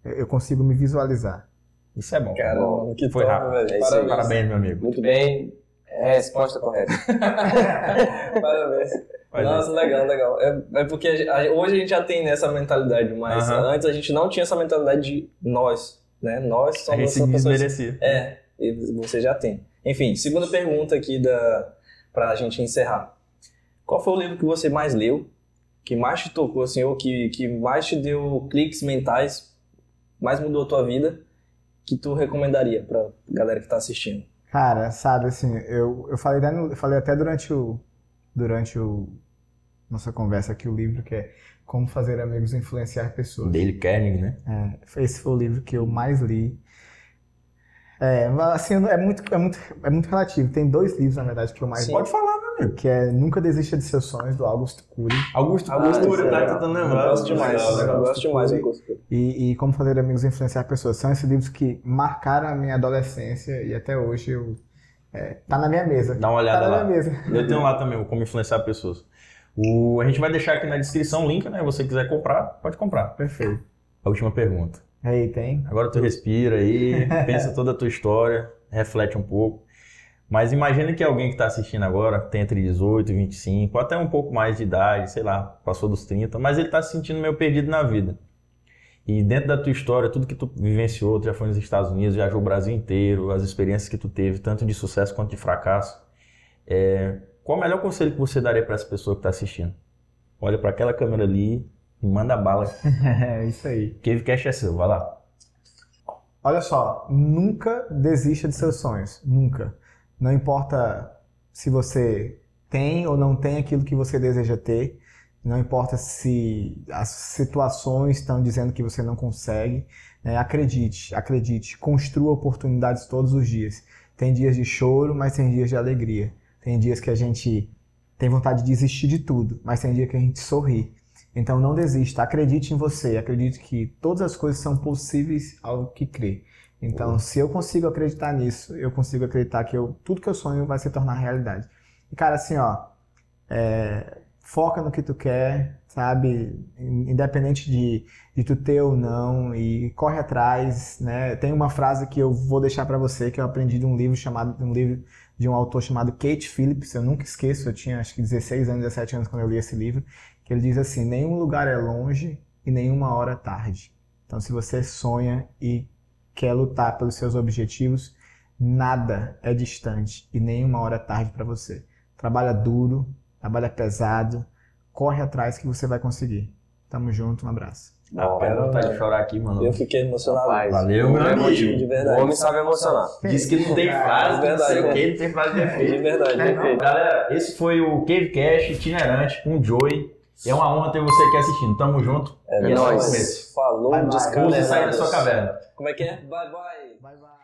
Eu eu consigo me visualizar. Isso é bom. Caramba, que Foi top, rápido. velho. É isso aí. Parabéns. Parabéns, meu amigo. Muito bem, é a resposta correta. Parabéns. Olha Nossa, legal, legal. É, é porque a ge- a- hoje a gente já tem né, essa mentalidade, mas Aham. antes a gente não tinha essa mentalidade de nós, né? Nós A gente somos se uma pessoa desmerecia. É, e você já tem. Enfim, segunda pergunta aqui da pra gente encerrar. Qual foi o livro que você mais leu, que mais te tocou assim, ou que que mais te deu cliques mentais, mais mudou a tua vida, que tu recomendaria pra galera que tá assistindo? Cara, sabe assim, eu, eu falei até, no- eu falei até durante o durante o nossa conversa aqui o livro que é Como Fazer Amigos e Influenciar Pessoas. Dale Carnegie, né? Esse foi o livro que eu mais li. É, mas, assim, eu não- é muito é muito é muito relativo. Tem dois livros na verdade que eu mais Sim. Pode falar, meu. li, que é Nunca Desista de Seus Sonhos do Augusto Cury Augusto Augusto Cury, Cury, tá legal. tentando Eu lembrar. gosto demais, Legal, legal. eu gosto demais. eu Tudo. gosto. e, e Como Fazer Amigos e Influenciar Pessoas. São esses livros que marcaram a minha adolescência e até hoje eu é, tá na minha mesa. Dá uma Tá olhada na lá. minha mesa. Eu tenho lá também o como influenciar pessoas. O, a gente vai deixar aqui na descrição o link, né? Você quiser comprar, pode comprar. Perfeito. A última pergunta. Aí tem Agora tu respira aí, pensa toda a tua história, reflete um pouco. Mas imagina que alguém que está assistindo agora tem entre 18 e 25, até um pouco mais de idade, sei lá, passou dos 30, mas ele está se sentindo meio perdido na vida. E dentro da tua história, tudo que tu vivenciou, tu já foi nos Estados Unidos, viajou o Brasil inteiro, as experiências que tu teve, tanto de sucesso quanto de fracasso, é, qual o melhor conselho que você daria para essa pessoa que está assistindo? Olha para aquela câmera ali e manda bala. É isso aí. Cave Cash é seu, vai lá. Olha só, nunca desista de seus sonhos. Nunca. Não importa se você tem ou não tem aquilo que você deseja ter, não importa se as situações estão dizendo que você não consegue, né? acredite, acredite, construa oportunidades todos os dias. Tem dias de choro, mas tem dias de alegria. Tem dias que a gente tem vontade de desistir de tudo, mas tem dia que a gente sorri. Então não desista, acredite em você, acredite que todas as coisas são possíveis ao que crê. Então, se eu consigo acreditar nisso, eu consigo acreditar que eu, tudo que eu sonho vai se tornar realidade. E, cara, assim, ó, é, foca no que tu quer, sabe? Independente de, de tu ter ou não, e corre atrás, né? Tem uma frase que eu vou deixar para você, que eu aprendi de um livro chamado, de um livro de um autor chamado Kate Phillips, eu nunca esqueço, eu tinha acho que 16 anos, 17 anos quando eu li esse livro, que ele diz assim, nenhum lugar é longe e nenhuma hora é tarde. Então, se você sonha e quer lutar pelos seus objetivos, nada é distante e nenhuma hora é tarde para você. Trabalha duro, trabalha pesado, corre atrás que você vai conseguir. Tamo junto, um abraço. Dá Ó, pera, vontade de eu- chorar aqui, mano. Eu fiquei emocionado. Rapaz, Valeu, né, meu de amigo. De O verdade. homem sabe emocionar. Diz que não tem frase, não sei o que, né? não tem frase de efeito. De verdade. É, perfeito. Galera, esse foi o Cavecast itinerante com o Joey. É uma honra ter você aqui assistindo. Tamo junto. É E é só nóis. começo. Falou, Vai, vai. descansa. Usa e sai da sua caverna. Como é que é? Bye, bye. Bye, bye.